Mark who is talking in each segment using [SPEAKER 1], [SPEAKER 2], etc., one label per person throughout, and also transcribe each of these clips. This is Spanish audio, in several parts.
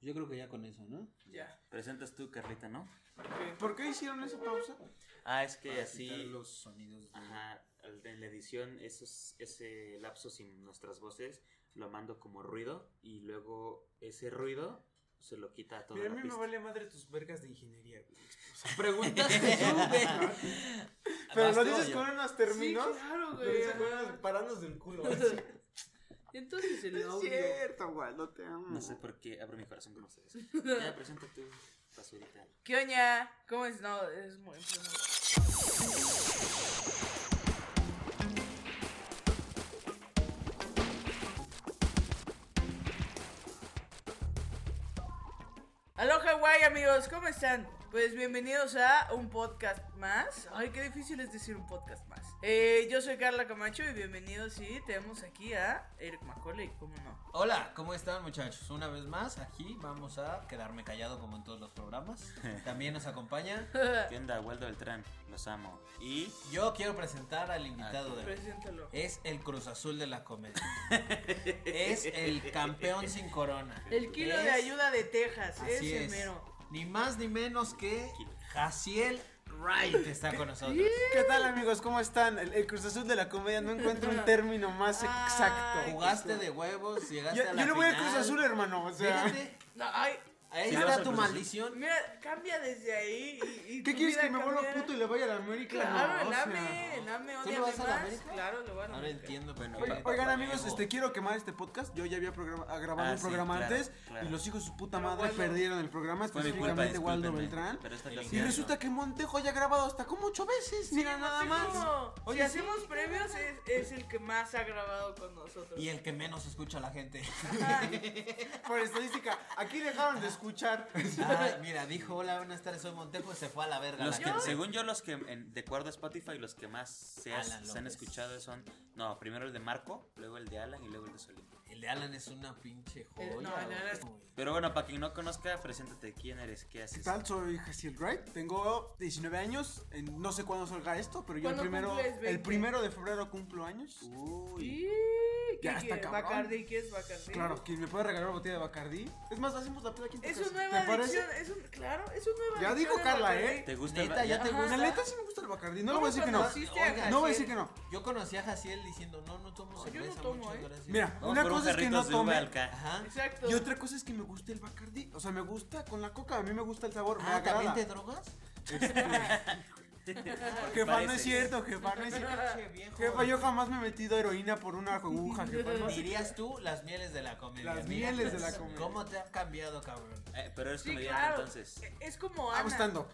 [SPEAKER 1] Yo creo que ya con eso, ¿no?
[SPEAKER 2] Ya.
[SPEAKER 3] Presentas tú, Carlita, ¿no?
[SPEAKER 2] Ok, ¿Por qué hicieron esa pausa?
[SPEAKER 3] Ah, es que
[SPEAKER 1] Para quitar
[SPEAKER 3] así.
[SPEAKER 1] los sonidos de...
[SPEAKER 3] Ajá, al- en la edición esos, ese lapso sin nuestras voces lo mando como ruido y luego ese ruido se lo quita a toda
[SPEAKER 2] Mira, a
[SPEAKER 3] la
[SPEAKER 2] mí me
[SPEAKER 3] pista.
[SPEAKER 2] vale madre tus vergas de ingeniería, güey. O sea, preguntaste tú, güey. Pero
[SPEAKER 3] Vas
[SPEAKER 2] lo
[SPEAKER 3] tú o
[SPEAKER 2] dices
[SPEAKER 3] yo.
[SPEAKER 2] con unos términos.
[SPEAKER 4] Sí, claro,
[SPEAKER 2] Pero
[SPEAKER 4] güey.
[SPEAKER 2] esas
[SPEAKER 4] ajá.
[SPEAKER 2] cosas parándose del culo.
[SPEAKER 4] Entonces el audio.
[SPEAKER 2] güey, no te amo.
[SPEAKER 3] No sé por qué abro mi corazón con ustedes. Ya, presenta tú, basurita.
[SPEAKER 4] ¿Qué oña? ¿Cómo es? No, es muy. Aloha, guay, amigos, ¿cómo están? Pues bienvenidos a un podcast más. Ay, qué difícil es decir un podcast más. Eh, yo soy Carla Camacho y bienvenidos, y tenemos aquí a Eric Macaulay, ¿cómo no?
[SPEAKER 5] Hola, ¿cómo están muchachos? Una vez más, aquí vamos a quedarme callado como en todos los programas. También nos acompaña.
[SPEAKER 3] ¿Qué onda, Waldo Beltrán? Los amo. Y
[SPEAKER 5] Yo quiero presentar al
[SPEAKER 4] Ah,
[SPEAKER 5] invitado de hoy.
[SPEAKER 4] Preséntalo.
[SPEAKER 5] Es el Cruz Azul de la comedia. Es el campeón sin corona.
[SPEAKER 4] El kilo de
[SPEAKER 5] Es-
[SPEAKER 4] ayuda de Texas,
[SPEAKER 5] Así
[SPEAKER 4] ese
[SPEAKER 5] es.
[SPEAKER 4] mero.
[SPEAKER 5] Ni más ni menos que Jaciel Wright está con nosotros.
[SPEAKER 2] ¿Qué tal, amigos? ¿Cómo están? El, el Cruz Azul de la comedia no encuentro un término más
[SPEAKER 4] Ay,
[SPEAKER 2] exacto.
[SPEAKER 5] Jugaste de huevos, llegaste
[SPEAKER 2] Yo,
[SPEAKER 5] a
[SPEAKER 2] yo
[SPEAKER 5] la
[SPEAKER 2] le voy al
[SPEAKER 5] final.
[SPEAKER 2] Cruz Azul, hermano. O sea,
[SPEAKER 5] Fíjate,
[SPEAKER 4] No, ay,
[SPEAKER 5] ahí
[SPEAKER 3] Sí, le
[SPEAKER 5] está
[SPEAKER 3] vas al
[SPEAKER 5] tu
[SPEAKER 3] Cruz Azul.
[SPEAKER 5] maldición.
[SPEAKER 4] mira, cambia desde ahí y, y
[SPEAKER 2] ¿qué
[SPEAKER 4] tu
[SPEAKER 2] quieres
[SPEAKER 4] vida
[SPEAKER 2] que me vuelva
[SPEAKER 4] cambia.
[SPEAKER 2] puto y le vaya a la América?
[SPEAKER 4] Claro,
[SPEAKER 2] No, o
[SPEAKER 4] el
[SPEAKER 2] sea.
[SPEAKER 4] AME, el AME
[SPEAKER 5] ¿Tú
[SPEAKER 4] odia
[SPEAKER 5] le vas a la América?
[SPEAKER 4] Claro, lo van a
[SPEAKER 5] Ahora
[SPEAKER 4] América.
[SPEAKER 5] entiendo.
[SPEAKER 3] Bueno,
[SPEAKER 5] por qué.
[SPEAKER 2] Oigan amigos,
[SPEAKER 5] Huevo.
[SPEAKER 2] este quiero quemar este podcast. Yo ya había programa- ah, grabado
[SPEAKER 3] Ah,
[SPEAKER 2] un
[SPEAKER 3] sí,
[SPEAKER 2] programa
[SPEAKER 3] claro,
[SPEAKER 2] antes
[SPEAKER 3] claro.
[SPEAKER 2] y los hijos de su puta
[SPEAKER 4] Pero
[SPEAKER 2] madre
[SPEAKER 4] Waldo-
[SPEAKER 2] perdieron el programa,
[SPEAKER 3] fue mi culpa,
[SPEAKER 2] específicamente Waldo
[SPEAKER 3] discúlpenme,
[SPEAKER 2] Beltrán.
[SPEAKER 3] Pero esta
[SPEAKER 5] Y
[SPEAKER 3] clase
[SPEAKER 2] Y
[SPEAKER 3] no.
[SPEAKER 2] resulta que Montejo ya ha grabado hasta como ocho veces. Mira nada más.
[SPEAKER 4] Montejo,
[SPEAKER 2] Oye,
[SPEAKER 4] si
[SPEAKER 2] sí.
[SPEAKER 4] hacemos premios, es, es el que más ha grabado con nosotros.
[SPEAKER 5] Y el que menos escucha a la gente.
[SPEAKER 2] Por estadística, aquí dejaron de escuchar.
[SPEAKER 5] Ah, mira, dijo hola, buenas tardes, soy Montejo y se fue a la verga.
[SPEAKER 3] Los
[SPEAKER 5] la
[SPEAKER 3] que-
[SPEAKER 5] gente.
[SPEAKER 3] según yo, los que en- de acuerdo a Spotify, los que más se, has-
[SPEAKER 5] Alan
[SPEAKER 3] se han
[SPEAKER 5] López.
[SPEAKER 3] escuchado son. No, primero el de Marco, luego el de Alan y luego el de Solín.
[SPEAKER 5] El de Alan es una pinche joya.
[SPEAKER 4] Eh, no, el de Alan-
[SPEAKER 5] güey.
[SPEAKER 3] Pero bueno, para quien no conozca, preséntate quién eres, qué
[SPEAKER 2] ¿Qué
[SPEAKER 3] haces.
[SPEAKER 2] tal? Soy Haciel Wright, tengo 19 años, en- no sé cuándo salga esto, pero yo el
[SPEAKER 4] ¿Cuándo
[SPEAKER 2] primero,
[SPEAKER 4] cumples 20?
[SPEAKER 2] el primero de febrero cumplo años.
[SPEAKER 3] Uy.
[SPEAKER 4] Y- ¿Qué
[SPEAKER 2] Ya está,
[SPEAKER 4] quieres?
[SPEAKER 2] cabrón.
[SPEAKER 4] Bacardi, ¿qué es Bacardi?
[SPEAKER 2] Claro, quien me puede regalar una botella de Bacardí. Es más, hacemos la peda aquí en tu
[SPEAKER 4] Es
[SPEAKER 2] casa.
[SPEAKER 4] una nueva
[SPEAKER 2] ¿Te parece?
[SPEAKER 4] adicción, es un, claro, es una nueva
[SPEAKER 2] Ya
[SPEAKER 4] adicción
[SPEAKER 2] dijo
[SPEAKER 4] al
[SPEAKER 2] Carla,
[SPEAKER 4] Bacardí.
[SPEAKER 2] ¿eh?
[SPEAKER 3] ¿Te gusta el
[SPEAKER 5] Neta,
[SPEAKER 3] ba-
[SPEAKER 5] ya te
[SPEAKER 4] Ajá.
[SPEAKER 5] gusta.
[SPEAKER 2] La neta sí me gusta el Bacardí, no lo voy a
[SPEAKER 4] ¿Cómo
[SPEAKER 2] decir que no.
[SPEAKER 4] conociste a
[SPEAKER 5] Oigan,
[SPEAKER 2] No voy a decir
[SPEAKER 4] Jaciel?
[SPEAKER 2] que no.
[SPEAKER 5] Yo conocí a Jaciel diciendo, no, no tomo
[SPEAKER 4] Yo no
[SPEAKER 5] cerveza,
[SPEAKER 4] tomo,
[SPEAKER 5] muchas
[SPEAKER 4] ¿eh?
[SPEAKER 5] gracias.
[SPEAKER 2] Mira,
[SPEAKER 3] Vamos
[SPEAKER 2] una
[SPEAKER 3] por un
[SPEAKER 2] cosa es que
[SPEAKER 3] jarrito
[SPEAKER 2] no
[SPEAKER 3] de uva
[SPEAKER 2] tome.
[SPEAKER 3] al ca-
[SPEAKER 5] Ajá.
[SPEAKER 4] Exacto.
[SPEAKER 2] Y otra cosa es que me gusta el Bacardí. O sea, me gusta con la coca. A mí me gusta el sabor. me
[SPEAKER 5] Ah, ¿también
[SPEAKER 2] agrada.
[SPEAKER 5] te drogas?
[SPEAKER 2] Jefa, no es
[SPEAKER 3] Pareces.
[SPEAKER 2] cierto, jefa, no es cierto.
[SPEAKER 5] Che, viejo.
[SPEAKER 2] Jefa, yo jamás me he metido heroína por una aguja, jefa.
[SPEAKER 4] Pues
[SPEAKER 2] No sé.
[SPEAKER 5] Dirías tú las mieles de la comedia.
[SPEAKER 2] Las
[SPEAKER 5] Mira,
[SPEAKER 2] mieles de
[SPEAKER 5] pues,
[SPEAKER 2] la comedia.
[SPEAKER 5] ¿Cómo te ha cambiado, cabrón?
[SPEAKER 3] Eh, pero eres
[SPEAKER 4] Sí,
[SPEAKER 3] comediante
[SPEAKER 4] claro.
[SPEAKER 3] entonces. Ah,
[SPEAKER 4] E- Es como Ana.
[SPEAKER 2] Hago stand-up.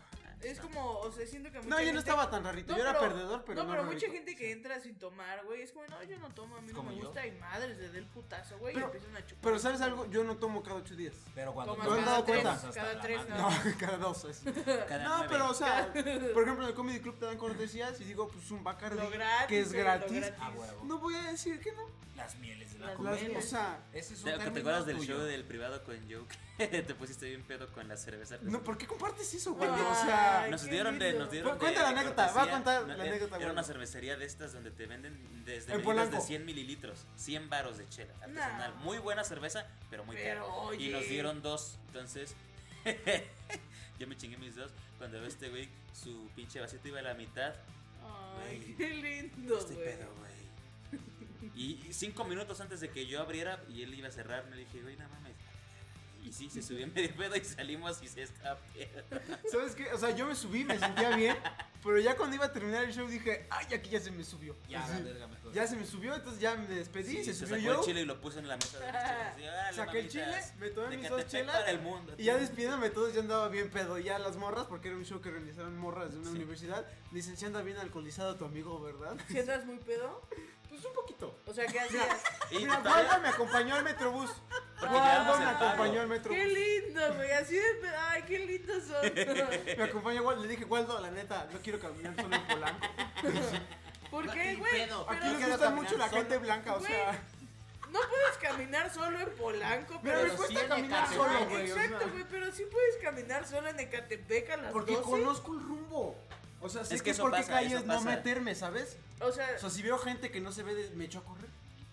[SPEAKER 4] Es como, o sea, siento que mucha
[SPEAKER 2] Ah, pues, No, yo no
[SPEAKER 4] gente-
[SPEAKER 2] estaba tan rarito. Yo era perdedor, pero
[SPEAKER 4] No,
[SPEAKER 2] no
[SPEAKER 4] pero
[SPEAKER 2] rarito.
[SPEAKER 4] mucha gente que entra sin tomar, güey, es como, no, yo no tomo, a mí no
[SPEAKER 5] Como
[SPEAKER 4] me
[SPEAKER 5] yo.
[SPEAKER 4] gusta y madres, le da el putazo, güey, y
[SPEAKER 2] Pero-
[SPEAKER 4] empiezan a chupar.
[SPEAKER 2] Pero ¿sabes algo? Yo no tomo cada ocho días.
[SPEAKER 5] Pero cuando
[SPEAKER 4] Tomas
[SPEAKER 2] ¿No han
[SPEAKER 5] tomas,
[SPEAKER 2] dado
[SPEAKER 5] tomas
[SPEAKER 2] cuenta?
[SPEAKER 5] hasta
[SPEAKER 4] Cada
[SPEAKER 5] la
[SPEAKER 4] tres,
[SPEAKER 5] madre.
[SPEAKER 2] No, cada dos. así.
[SPEAKER 3] Cada
[SPEAKER 2] No,
[SPEAKER 3] nueve.
[SPEAKER 2] pero o sea, por ejemplo, en el Comedy Club te dan cortesías y digo, pues un Bacardi
[SPEAKER 4] Lo gratis,
[SPEAKER 2] que es
[SPEAKER 4] güey, lo
[SPEAKER 2] gratis.
[SPEAKER 4] gratis.
[SPEAKER 5] A huevo.
[SPEAKER 2] No voy a decir que no.
[SPEAKER 5] Las mieles de la
[SPEAKER 4] Las
[SPEAKER 2] Las-
[SPEAKER 5] comedia.
[SPEAKER 2] o sea,
[SPEAKER 5] Ese es un
[SPEAKER 3] ¿Te, te
[SPEAKER 5] término
[SPEAKER 3] acuerdas del
[SPEAKER 5] tuyo.
[SPEAKER 3] show del privado con Joe? Que te pusiste bien pedo con la cerveza.
[SPEAKER 2] no, ¿por qué compartes eso, güey? O
[SPEAKER 4] Ay,
[SPEAKER 2] sea,
[SPEAKER 3] Nos
[SPEAKER 4] qué
[SPEAKER 3] dieron de.
[SPEAKER 4] lindo.
[SPEAKER 3] Nos dieron
[SPEAKER 2] Cuenta
[SPEAKER 3] de
[SPEAKER 2] la anécdota, va a
[SPEAKER 3] cortesía.
[SPEAKER 2] contar
[SPEAKER 3] No,
[SPEAKER 2] la
[SPEAKER 3] eh,
[SPEAKER 2] anécdota,
[SPEAKER 3] Era
[SPEAKER 2] güey.
[SPEAKER 3] una cervecería de estas donde te venden desde
[SPEAKER 2] En
[SPEAKER 3] bebidas de
[SPEAKER 2] Polanco.
[SPEAKER 3] 100 mililitros, 100 baros de chela artesanal.
[SPEAKER 4] No.
[SPEAKER 3] Muy buena cerveza, pero muy
[SPEAKER 4] Pero,
[SPEAKER 3] cara.
[SPEAKER 4] oye.
[SPEAKER 3] Y nos dieron dos, entonces. yo me chingué mis dos. Cuando veo este güey, su pinche vasito iba a la mitad.
[SPEAKER 4] Ay,
[SPEAKER 3] Güey,
[SPEAKER 4] qué lindo,
[SPEAKER 3] Estoy
[SPEAKER 4] güey.
[SPEAKER 3] pedo, güey. Y y cinco minutos antes de que yo abriera y él iba a cerrar, me dije, güey, no mames. Y sí, se subió medio pedo y salimos y se está pedo.
[SPEAKER 2] ¿sabes qué? O sea, yo me subí, me sentía bien, pero ya cuando iba a terminar el show dije, ay, aquí ya se me subió.
[SPEAKER 5] Ya,
[SPEAKER 2] Así.
[SPEAKER 5] la verga mejor.
[SPEAKER 2] Ya se me subió, entonces ya me despedí,
[SPEAKER 3] Sí,
[SPEAKER 2] se
[SPEAKER 3] se
[SPEAKER 2] subió
[SPEAKER 3] sacó
[SPEAKER 2] yo.
[SPEAKER 3] el chile y lo puso en la mesa de "Ah, los chelas. Y, "Órale,
[SPEAKER 2] Saqué el chile,
[SPEAKER 3] mamitas,
[SPEAKER 2] me tomé
[SPEAKER 3] de
[SPEAKER 2] mis dos
[SPEAKER 3] Catepec
[SPEAKER 2] chelas,
[SPEAKER 3] para el mundo.
[SPEAKER 2] Y ya despidiéndome todos, ya andaba bien pedo. Ya las morras, porque era un show que organizaron morras de una
[SPEAKER 3] Sí.
[SPEAKER 2] universidad, dicen, se anda bien alcoholizado tu amigo, ¿verdad?
[SPEAKER 4] ¿Si andas muy pedo?
[SPEAKER 2] Pues un poquito.
[SPEAKER 4] O sea, ¿qué hacías?
[SPEAKER 3] Y
[SPEAKER 2] Mira,
[SPEAKER 3] todavía-
[SPEAKER 2] Waldo me acompañó al Metrobús.
[SPEAKER 3] porque
[SPEAKER 4] Wow.
[SPEAKER 3] llevamos
[SPEAKER 2] Waldo
[SPEAKER 3] el
[SPEAKER 2] me
[SPEAKER 3] pago.
[SPEAKER 2] acompañó al Metrobús.
[SPEAKER 4] ¡Qué lindo, güey! Así de pedo. ¡Ay, qué lindos son!
[SPEAKER 2] Me acompañó Waldo, le dije, Waldo, la neta, no quiero caminar solo en Polanco.
[SPEAKER 4] ¿Por qué,
[SPEAKER 5] Ni
[SPEAKER 4] güey?
[SPEAKER 5] pedo.
[SPEAKER 2] Aquí
[SPEAKER 4] Pero,
[SPEAKER 2] les
[SPEAKER 5] quiero
[SPEAKER 2] gusta
[SPEAKER 5] caminar
[SPEAKER 2] mucho la
[SPEAKER 5] solo.
[SPEAKER 2] gente blanca, o
[SPEAKER 4] Güey,
[SPEAKER 2] sea.
[SPEAKER 4] No puedes caminar solo en Polanco,
[SPEAKER 2] Mira,
[SPEAKER 4] pero...
[SPEAKER 2] me
[SPEAKER 5] sí
[SPEAKER 2] cuesta
[SPEAKER 5] en
[SPEAKER 2] caminar
[SPEAKER 5] Ecatepec.
[SPEAKER 2] solo,
[SPEAKER 4] Ay,
[SPEAKER 2] güey. o sea,
[SPEAKER 4] exacto, güey, pero sí puedes caminar solo en Ecatepec a las
[SPEAKER 2] Porque
[SPEAKER 4] 12.
[SPEAKER 2] conozco el rumbo. O sea, sé
[SPEAKER 3] Es que
[SPEAKER 2] que
[SPEAKER 3] eso
[SPEAKER 2] por qué
[SPEAKER 3] pasa,
[SPEAKER 2] calles
[SPEAKER 3] eso
[SPEAKER 2] no
[SPEAKER 3] pasa.
[SPEAKER 2] meterme, ¿sabes?
[SPEAKER 4] O sea,
[SPEAKER 2] O sea, si veo gente que no se ve, de- me echo a correr.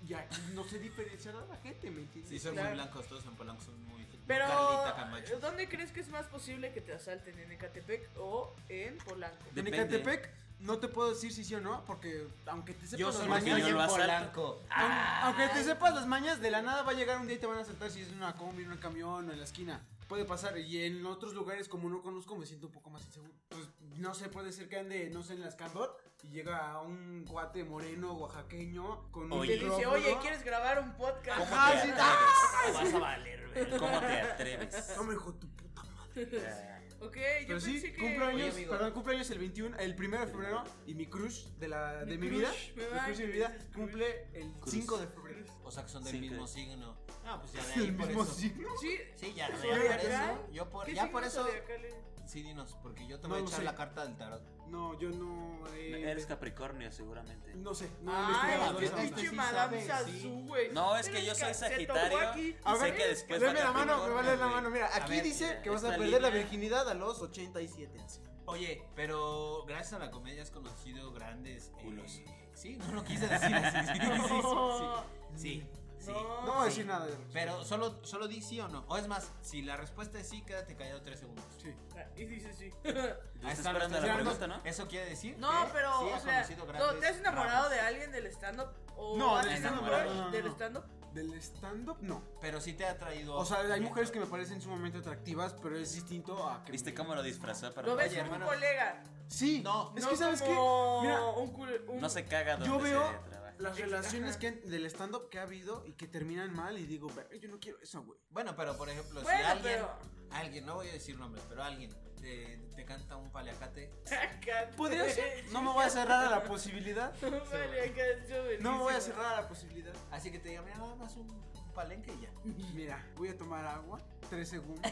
[SPEAKER 2] Y aquí no se diferenciará la gente, ¿me entiendes?
[SPEAKER 5] Sí, son
[SPEAKER 4] Claro.
[SPEAKER 5] muy blancos, todos en Polanco son muy...
[SPEAKER 4] Pero,
[SPEAKER 5] Carlita Camacho.
[SPEAKER 4] ¿dónde crees que es más posible que te asalten? ¿En Ecatepec o en Polanco?
[SPEAKER 2] En
[SPEAKER 3] Depende.
[SPEAKER 2] Ecatepec no te puedo decir si sí o no, porque aunque te sepas
[SPEAKER 3] Yo
[SPEAKER 2] las
[SPEAKER 3] solo que
[SPEAKER 2] mañas,
[SPEAKER 3] yo lo asalto.
[SPEAKER 2] aun- aunque te sepas las mañas, de la nada va a llegar un día y te van a saltar si es en una combi, en un camión o en la esquina. Puede pasar, y en otros lugares, como no conozco, me siento un poco más inseguro. Pues no sé, puede ser que ande, no sé, en las Candor y llega a un guate moreno, oaxaqueño, con un
[SPEAKER 3] Oye.
[SPEAKER 4] Te dice,
[SPEAKER 2] micrófono.
[SPEAKER 4] oye, ¿quieres grabar un podcast?
[SPEAKER 3] ¿Cómo
[SPEAKER 2] Ajá,
[SPEAKER 3] te
[SPEAKER 2] Ah, sí,
[SPEAKER 3] atreves? Vas a valer, güey. ¿Cómo te atreves?
[SPEAKER 2] No, me dijo tu puta madre.
[SPEAKER 3] Ah,
[SPEAKER 4] Ok, yo
[SPEAKER 2] Pero sí,
[SPEAKER 4] pensé que...
[SPEAKER 2] cumpleaños,
[SPEAKER 5] Oye, amigo.
[SPEAKER 2] perdón, cumpleaños el 21, el 1 de febrero y mi crush de la de mi,
[SPEAKER 4] crush,
[SPEAKER 2] vida,
[SPEAKER 4] me
[SPEAKER 2] mi
[SPEAKER 4] va,
[SPEAKER 2] crush de mi
[SPEAKER 4] me
[SPEAKER 2] vida
[SPEAKER 4] dices crush.
[SPEAKER 2] cumple el
[SPEAKER 3] Cruz.
[SPEAKER 2] 5 de febrero.
[SPEAKER 5] O sea que son del
[SPEAKER 3] Sí,
[SPEAKER 5] mismo
[SPEAKER 3] creo.
[SPEAKER 5] signo. Ah, pues ya de ahí
[SPEAKER 2] ¿El
[SPEAKER 5] por
[SPEAKER 2] mismo
[SPEAKER 5] eso.
[SPEAKER 2] signo?
[SPEAKER 4] Sí,
[SPEAKER 5] Sí, ya, ya por
[SPEAKER 4] ¿Soy zodiacal?
[SPEAKER 5] eso. Yo por,
[SPEAKER 4] ¿Qué
[SPEAKER 5] ya por
[SPEAKER 4] signos
[SPEAKER 5] eso.
[SPEAKER 4] zodiacales?
[SPEAKER 5] Sí, dinos, porque yo te
[SPEAKER 2] No
[SPEAKER 5] voy a
[SPEAKER 2] lo
[SPEAKER 5] echar
[SPEAKER 2] sé.
[SPEAKER 5] la carta del tarot.
[SPEAKER 2] No, yo no. eh,
[SPEAKER 3] Eres Capricornio, seguramente.
[SPEAKER 2] no sé, no he
[SPEAKER 4] Ay,
[SPEAKER 2] investigado
[SPEAKER 5] la
[SPEAKER 4] qué
[SPEAKER 5] verdad,
[SPEAKER 2] esa parte.
[SPEAKER 4] pinche
[SPEAKER 5] sí
[SPEAKER 4] Madame
[SPEAKER 5] sabe,
[SPEAKER 4] Sassou,
[SPEAKER 5] sí.
[SPEAKER 4] güey.
[SPEAKER 3] No, es que
[SPEAKER 4] Pero
[SPEAKER 3] yo soy
[SPEAKER 4] se topó
[SPEAKER 3] Sagitario.
[SPEAKER 4] aquí.
[SPEAKER 2] A
[SPEAKER 3] Sé
[SPEAKER 2] ver,
[SPEAKER 3] que después
[SPEAKER 2] Deme
[SPEAKER 3] va
[SPEAKER 2] la mano, me
[SPEAKER 3] Capricornio,
[SPEAKER 2] vale la
[SPEAKER 3] güey.
[SPEAKER 2] mano. Mira,
[SPEAKER 5] A
[SPEAKER 2] aquí
[SPEAKER 5] ver,
[SPEAKER 2] dice que vas a
[SPEAKER 3] esta
[SPEAKER 2] perder la
[SPEAKER 3] línea.
[SPEAKER 2] virginidad a los 87. así.
[SPEAKER 5] Oye, pero gracias a la comedia has conocido grandes. eh,
[SPEAKER 3] Culos.
[SPEAKER 5] sí, no lo quise decir así. Sí, sí,
[SPEAKER 4] No.
[SPEAKER 5] sí, sí, sí.
[SPEAKER 4] No.
[SPEAKER 2] No voy a
[SPEAKER 5] Sí.
[SPEAKER 2] decir nada de eso.
[SPEAKER 5] Pero solo, solo di sí o no. O es más, si la respuesta es sí, quédate callado tres segundos.
[SPEAKER 2] Sí. eh,
[SPEAKER 4] Y dice sí.
[SPEAKER 3] Tú estás
[SPEAKER 5] Están
[SPEAKER 3] esperando la
[SPEAKER 5] esperando.
[SPEAKER 3] pregunta, ¿no?
[SPEAKER 5] Eso quiere decir.
[SPEAKER 4] No,
[SPEAKER 5] que
[SPEAKER 4] pero,
[SPEAKER 5] sí
[SPEAKER 4] o
[SPEAKER 5] has
[SPEAKER 4] sea,
[SPEAKER 5] conocido
[SPEAKER 4] no,
[SPEAKER 5] grandes
[SPEAKER 4] ¿te has enamorado
[SPEAKER 5] ramas.
[SPEAKER 4] de alguien del stand-up? ¿O
[SPEAKER 2] No,
[SPEAKER 4] has
[SPEAKER 2] del
[SPEAKER 4] tenido un
[SPEAKER 3] stand-up,
[SPEAKER 4] crush
[SPEAKER 2] no, no,
[SPEAKER 4] del
[SPEAKER 2] no.
[SPEAKER 4] stand-up?
[SPEAKER 2] Del stand-up, no.
[SPEAKER 5] Pero sí te ha traído.
[SPEAKER 2] O sea, hay mujeres que me parecen sumamente atractivas, pero es distinto a que.
[SPEAKER 3] ¿Viste
[SPEAKER 2] me-
[SPEAKER 3] cómo lo disfrazó para
[SPEAKER 4] ¿Lo ves
[SPEAKER 5] Oye,
[SPEAKER 4] como un
[SPEAKER 5] hermano.
[SPEAKER 4] colega?
[SPEAKER 2] Sí,
[SPEAKER 5] No,
[SPEAKER 2] es
[SPEAKER 4] no
[SPEAKER 2] que sabes qué.
[SPEAKER 4] como
[SPEAKER 2] Mira,
[SPEAKER 4] un cul- un-
[SPEAKER 3] No se caga donde
[SPEAKER 2] Yo veo
[SPEAKER 3] se trabaja.
[SPEAKER 2] las
[SPEAKER 4] Ex-
[SPEAKER 2] relaciones
[SPEAKER 4] ajá.
[SPEAKER 2] que han- del stand-up que ha habido y que terminan mal y digo, "Verga, yo no quiero eso, güey.
[SPEAKER 5] Bueno, pero por ejemplo, si
[SPEAKER 4] Bueno,
[SPEAKER 5] alguien.
[SPEAKER 4] pero...
[SPEAKER 5] Alguien, no voy a decir nombres, pero alguien te, te canta un paliacate.
[SPEAKER 2] Podría ser. Eh, No me voy a cerrar a la posibilidad.
[SPEAKER 4] Vale, acá estuvo
[SPEAKER 2] No me voy a
[SPEAKER 4] buenísimo.
[SPEAKER 2] cerrar a la posibilidad.
[SPEAKER 5] Así que te diga, mira, nada más un, un palenque y ya.
[SPEAKER 2] Mira, voy a tomar agua. Tres segundos.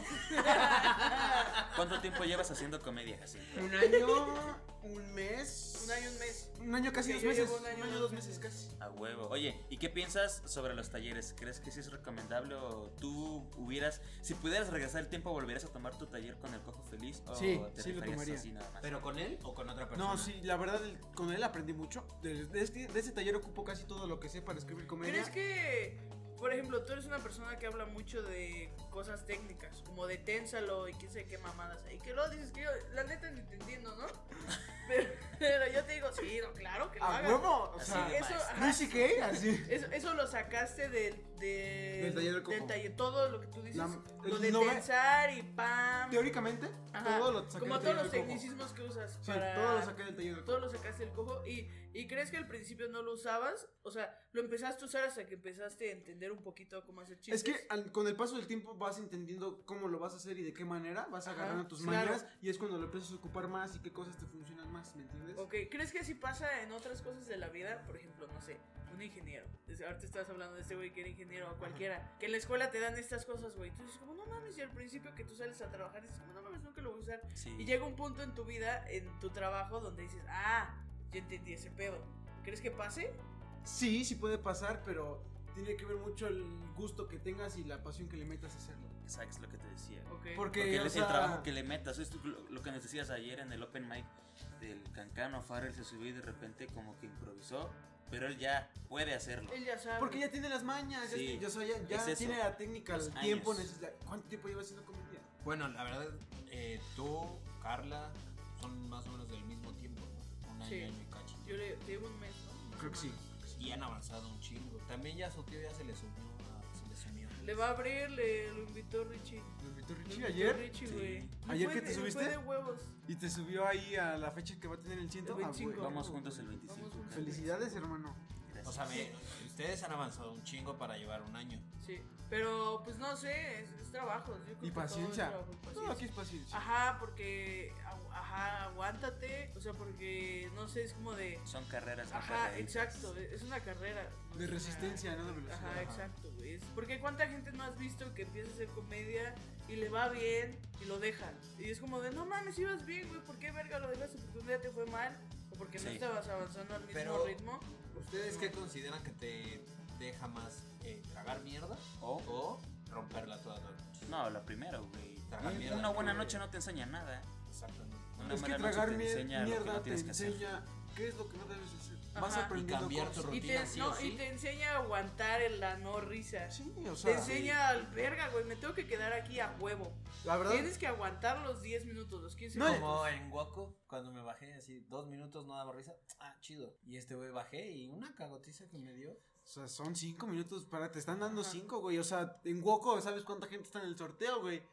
[SPEAKER 3] ¿Cuánto tiempo llevas haciendo comedia, Jacinto?
[SPEAKER 2] Un año, un mes.
[SPEAKER 4] Un año, un mes.
[SPEAKER 2] Un año casi
[SPEAKER 4] Sí,
[SPEAKER 2] dos
[SPEAKER 4] yo
[SPEAKER 2] meses.
[SPEAKER 4] llevo un año, dos
[SPEAKER 2] dos
[SPEAKER 4] meses.
[SPEAKER 2] meses casi.
[SPEAKER 3] A huevo. Oye, ¿y qué piensas sobre los talleres? ¿Crees que sí es recomendable o tú hubieras, si pudieras regresar el tiempo, volverías a tomar tu taller con el cojo feliz o
[SPEAKER 2] Sí,
[SPEAKER 3] te
[SPEAKER 2] sí lo
[SPEAKER 3] rifarías
[SPEAKER 2] tomaría.
[SPEAKER 3] así nada más?
[SPEAKER 5] ¿Pero con él o con otra persona?
[SPEAKER 2] No, sí, la verdad, el- con él aprendí mucho. De, de este, de este taller ocupo casi todo lo que sé para escribir comedia.
[SPEAKER 4] ¿Crees que, por ejemplo, tú eres una persona que habla mucho de cosas técnicas, como de ténsalo y quién sabe qué mamadas, y que luego dices que yo, la neta, ni te entiendo, ¿no? Pero, pero yo te digo, sí, no, claro que lo
[SPEAKER 2] ¡A
[SPEAKER 4] hagas.
[SPEAKER 2] huevo! O
[SPEAKER 3] Así
[SPEAKER 2] sea,
[SPEAKER 3] de-
[SPEAKER 4] Eso, ajá,
[SPEAKER 2] Luis CK, así.
[SPEAKER 4] eso, eso lo sacaste del, de-
[SPEAKER 2] Del taller del cojo.
[SPEAKER 4] taller, todo lo que tú dices,
[SPEAKER 2] La-
[SPEAKER 4] lo de
[SPEAKER 2] el nove-
[SPEAKER 4] pensar y pam.
[SPEAKER 2] Teóricamente,
[SPEAKER 4] Ajá,
[SPEAKER 2] todo lo saqué
[SPEAKER 4] como
[SPEAKER 2] del
[SPEAKER 4] todos
[SPEAKER 2] taller
[SPEAKER 4] los
[SPEAKER 2] del cojo.
[SPEAKER 4] tecnicismos que usas
[SPEAKER 2] Sí,
[SPEAKER 4] para
[SPEAKER 2] todo lo saqué del taller del
[SPEAKER 4] todo lo sacaste del cojo y, y crees que al principio no lo usabas, o sea, lo empezaste a usar hasta que empezaste a entender un poquito cómo hacer
[SPEAKER 2] Es
[SPEAKER 4] chistes.
[SPEAKER 2] que al- con el paso del tiempo vas entendiendo cómo lo vas a hacer y de qué manera vas
[SPEAKER 4] Ajá,
[SPEAKER 2] agarrando tus
[SPEAKER 4] claro.
[SPEAKER 2] maneras y es cuando lo empiezas a ocupar más y qué cosas te funcionan más, ¿me entiendes?
[SPEAKER 4] Ok, ¿crees que así pasa en otras cosas de la vida? Por ejemplo, no sé, un ingeniero. Desde Ahorita estabas hablando de este güey que era ingeniero o cualquiera. Que en la escuela te dan estas cosas, güey. Tú dices como, no mames, y al principio que tú sales a trabajar dices como, no mames, nunca lo voy a usar.
[SPEAKER 3] Sí.
[SPEAKER 4] Y llega un punto en tu vida, en tu trabajo, donde dices, ah, yo entendí ese pedo. ¿Crees que pase?
[SPEAKER 2] Sí, sí puede pasar, pero tiene que ver mucho el gusto que tengas y la pasión que le metas a hacerlo.
[SPEAKER 3] Exacto, es lo que te decía.
[SPEAKER 4] Ok.
[SPEAKER 2] Porque,
[SPEAKER 3] Porque
[SPEAKER 2] o
[SPEAKER 3] el, el
[SPEAKER 2] sea,
[SPEAKER 3] trabajo que le metas, es lo, lo que nos decías ayer en el open mic del Cancano, Farrell se subió y de repente como que improvisó, pero él ya puede hacerlo.
[SPEAKER 4] Él ya sabe.
[SPEAKER 2] porque ya tiene las mañas, ya-
[SPEAKER 3] Sí,
[SPEAKER 2] ya, o sea, ya, ya
[SPEAKER 3] es eso.
[SPEAKER 2] tiene la técnica,
[SPEAKER 3] Los
[SPEAKER 2] el tiempo
[SPEAKER 3] años.
[SPEAKER 2] necesita. ¿Cuánto tiempo llevas haciendo comedia?
[SPEAKER 5] Bueno, la verdad, eh, tú, Carla, son más o menos del mismo tiempo, ¿no? Un año
[SPEAKER 4] Sí.
[SPEAKER 5] y cacho.
[SPEAKER 4] Yo le te llevo un mes, ¿no?
[SPEAKER 2] Creo que sí.
[SPEAKER 5] Y han avanzado un chingo. También ya su tío ya se le sumió. a- Se le sumió.
[SPEAKER 4] Le va a abrir, le lo invitó Richie.
[SPEAKER 2] Lo invitó
[SPEAKER 4] Lo
[SPEAKER 2] Richie
[SPEAKER 4] invitó
[SPEAKER 2] ayer
[SPEAKER 4] Richie,
[SPEAKER 3] Sí.
[SPEAKER 4] güey.
[SPEAKER 2] ¿Ayer
[SPEAKER 4] Fue
[SPEAKER 2] que
[SPEAKER 4] de-
[SPEAKER 2] te subiste?
[SPEAKER 4] Fue de huevos.
[SPEAKER 2] y te subió ahí a la fecha que va a tener el Ah, 100.
[SPEAKER 4] El 25.
[SPEAKER 3] Vamos juntos el 25.
[SPEAKER 4] Vamos juntos.
[SPEAKER 2] Felicidades, hermano.
[SPEAKER 3] Gracias.
[SPEAKER 5] O sea, ve, ustedes han avanzado un chingo para llevar un año.
[SPEAKER 4] Sí. Pero, pues no sé, es, es trabajo. Yo creo que todo
[SPEAKER 2] Y
[SPEAKER 4] es
[SPEAKER 2] paciencia.
[SPEAKER 4] trabajo y
[SPEAKER 2] Todo aquí
[SPEAKER 4] paciencia.
[SPEAKER 2] es paciencia.
[SPEAKER 4] Ajá, porque. agu- Ajá, aguántate. O sea, porque. No sé, es como de.
[SPEAKER 3] Son carreras. no
[SPEAKER 4] Ajá,
[SPEAKER 3] carreritas.
[SPEAKER 4] exacto. Es una carrera. no
[SPEAKER 2] De
[SPEAKER 4] es una-
[SPEAKER 2] resistencia, no de velocidad.
[SPEAKER 4] Ajá,
[SPEAKER 2] Ajá.
[SPEAKER 4] exacto, güey. Es- Porque cuánta gente no has visto que empieza a hacer comedia y le va bien y lo dejan. Y es como de, no mames, ibas bien, güey, ¿por qué verga lo dejaste? Porque un día te fue mal o porque no
[SPEAKER 3] Sí.
[SPEAKER 4] estabas avanzando al mismo
[SPEAKER 5] Pero-
[SPEAKER 4] ritmo.
[SPEAKER 5] ¿Ustedes qué consideran que te deja más eh, tragar mierda
[SPEAKER 3] O-
[SPEAKER 5] o romperla toda la noche?
[SPEAKER 3] No, la primera, güey.
[SPEAKER 5] Tragar
[SPEAKER 3] Un-
[SPEAKER 5] mierda.
[SPEAKER 3] Una buena noche no te enseña nada.
[SPEAKER 5] Exactamente.
[SPEAKER 3] Una
[SPEAKER 2] Es que
[SPEAKER 3] mala noche
[SPEAKER 2] tragar
[SPEAKER 3] te
[SPEAKER 2] mier-
[SPEAKER 3] enseña lo que
[SPEAKER 2] mierda
[SPEAKER 3] no
[SPEAKER 2] te
[SPEAKER 3] tienes que hacer.
[SPEAKER 2] enseña qué es lo que no debes hacer. Vas
[SPEAKER 4] Ajá.
[SPEAKER 5] y
[SPEAKER 2] aprendiendo
[SPEAKER 5] cambiar tu
[SPEAKER 2] cosas.
[SPEAKER 4] Y
[SPEAKER 5] rutina
[SPEAKER 4] te,
[SPEAKER 5] sí
[SPEAKER 4] no,
[SPEAKER 5] o sí.
[SPEAKER 4] y te enseña a aguantar el- la no risa.
[SPEAKER 2] Sí, o
[SPEAKER 4] te
[SPEAKER 2] sea,
[SPEAKER 4] enseña al verga, güey. Me tengo que quedar aquí a huevo.
[SPEAKER 2] la verdad.
[SPEAKER 4] Tienes que aguantar los 10 minutos, los 15
[SPEAKER 2] No,
[SPEAKER 4] minutos.
[SPEAKER 5] Como en Waco, cuando me bajé así, dos minutos no daba risa, ah, chido. Y este güey bajé y una cagotiza que me dio.
[SPEAKER 2] O sea, son cinco minutos para, te están dando
[SPEAKER 4] Ajá.
[SPEAKER 2] cinco, güey. O sea, en Woco, ¿sabes cuánta gente está en el sorteo, güey? Y
[SPEAKER 4] No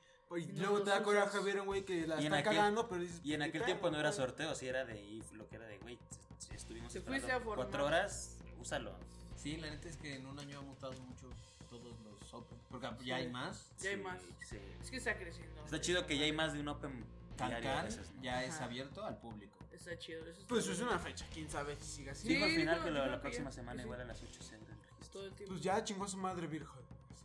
[SPEAKER 2] luego te
[SPEAKER 4] los
[SPEAKER 2] da coraje
[SPEAKER 4] usas.
[SPEAKER 2] ver a un güey que la
[SPEAKER 3] Y en
[SPEAKER 2] está
[SPEAKER 3] aquel-
[SPEAKER 2] cagando, pero dices. "Pues,
[SPEAKER 3] Y en
[SPEAKER 2] "¿Qué
[SPEAKER 3] aquel
[SPEAKER 2] pedo,
[SPEAKER 3] tiempo no era
[SPEAKER 2] güey?".
[SPEAKER 3] sorteo, si era de if, lo que era de, güey, si- si estuvimos
[SPEAKER 4] Te
[SPEAKER 3] esperando
[SPEAKER 4] fuiste a formar.
[SPEAKER 3] cuatro horas, úsalo.
[SPEAKER 5] Sí, la neta es que en un año ha mutado mucho todos los Open. Porque ya hay más.
[SPEAKER 4] Ya hay
[SPEAKER 3] Sí,
[SPEAKER 4] más.
[SPEAKER 3] sí.
[SPEAKER 4] Es que está creciendo.
[SPEAKER 3] Está chido que ya hay más de un open diario a
[SPEAKER 5] Cancán
[SPEAKER 3] veces, ¿no?
[SPEAKER 5] ya es
[SPEAKER 4] Ajá.
[SPEAKER 5] abierto al público.
[SPEAKER 4] Está chido. Eso está
[SPEAKER 2] Pues es
[SPEAKER 4] bueno.
[SPEAKER 2] una fecha, quién sabe si sigue así.
[SPEAKER 3] Digo al
[SPEAKER 4] Sí,
[SPEAKER 3] final
[SPEAKER 4] no,
[SPEAKER 3] que
[SPEAKER 4] yo
[SPEAKER 3] lo-
[SPEAKER 4] creo
[SPEAKER 3] la
[SPEAKER 4] que
[SPEAKER 3] próxima
[SPEAKER 4] ya.
[SPEAKER 3] semana
[SPEAKER 4] Sí.
[SPEAKER 3] igual a las 8 se abre el registro.
[SPEAKER 4] Todo el tiempo.
[SPEAKER 2] Pues ya chingó a su madre Virgo.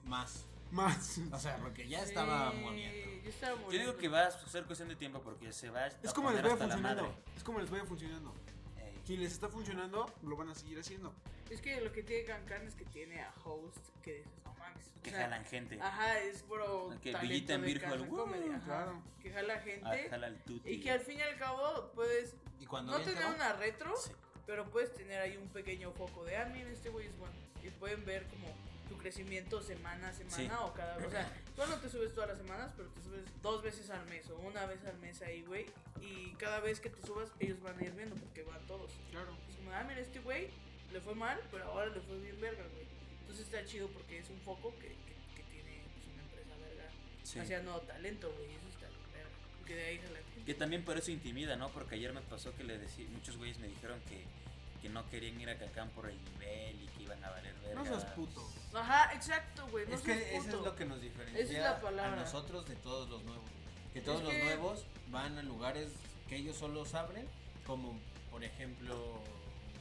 [SPEAKER 5] Más.
[SPEAKER 2] Más.
[SPEAKER 5] O sea, porque ya estaba
[SPEAKER 4] Sí,
[SPEAKER 5] muriendo.
[SPEAKER 4] Ya estaba muriendo.
[SPEAKER 3] Yo digo que va a ser cuestión de tiempo porque se va a
[SPEAKER 2] Es como les
[SPEAKER 3] poner
[SPEAKER 2] vaya
[SPEAKER 3] hasta la madre. eh,
[SPEAKER 2] funcionando. Es como les vaya funcionando.
[SPEAKER 3] Ey.
[SPEAKER 2] Quien les está funcionando, lo van a seguir haciendo.
[SPEAKER 4] Es que lo que tiene Cancan es que tiene a host que dices, no mames. O
[SPEAKER 3] Que
[SPEAKER 4] sea,
[SPEAKER 3] jalan gente.
[SPEAKER 4] Ajá, es pro.
[SPEAKER 3] Que
[SPEAKER 4] talento
[SPEAKER 3] Villita en
[SPEAKER 4] de
[SPEAKER 3] Virgo,
[SPEAKER 4] Cancan
[SPEAKER 3] el wow,
[SPEAKER 4] Comedy, ajá.
[SPEAKER 2] claro.
[SPEAKER 4] Que jala
[SPEAKER 3] Ah,
[SPEAKER 4] gente.
[SPEAKER 3] jala el tuti.
[SPEAKER 4] Y que al fin y al cabo puedes
[SPEAKER 5] Y cuando
[SPEAKER 4] no
[SPEAKER 5] bien te
[SPEAKER 4] tener
[SPEAKER 5] va-
[SPEAKER 4] una retro,
[SPEAKER 3] Sí.
[SPEAKER 4] pero puedes tener ahí un pequeño foco de, ah, mira, este güey es bueno. Y pueden ver como tu crecimiento semana a semana
[SPEAKER 3] Sí.
[SPEAKER 4] o cada O sea, tú no te subes todas las semanas, pero te subes dos veces al mes o una vez al mes ahí, güey. Y cada vez que te subas, ellos van a ir viendo porque van todos.
[SPEAKER 2] Claro.
[SPEAKER 4] Es como, ah, mira, este güey le fue mal, pero ahora le fue bien verga, güey. Entonces está chido porque es un foco que, que- que tiene pues, una empresa verga.
[SPEAKER 3] Sí.
[SPEAKER 4] Hacia nuevo talento, güey. Eso está verga. Porque de ahí jala gente.
[SPEAKER 3] Que también por eso intimida, ¿no? Porque ayer me pasó que le decí- muchos güeyes me dijeron que, que no querían ir a Cancán por el nivel y que iban a valer verga.
[SPEAKER 2] No seas puto.
[SPEAKER 4] Ajá, exacto, güey. No
[SPEAKER 5] Es que
[SPEAKER 4] seas
[SPEAKER 5] eso es
[SPEAKER 4] puto.
[SPEAKER 5] lo que nos diferencia
[SPEAKER 4] Esa es la palabra.
[SPEAKER 5] a nosotros de todos los nuevos. Que todos
[SPEAKER 4] Es
[SPEAKER 5] los
[SPEAKER 4] que-
[SPEAKER 5] nuevos van a lugares que ellos solo abren, como por ejemplo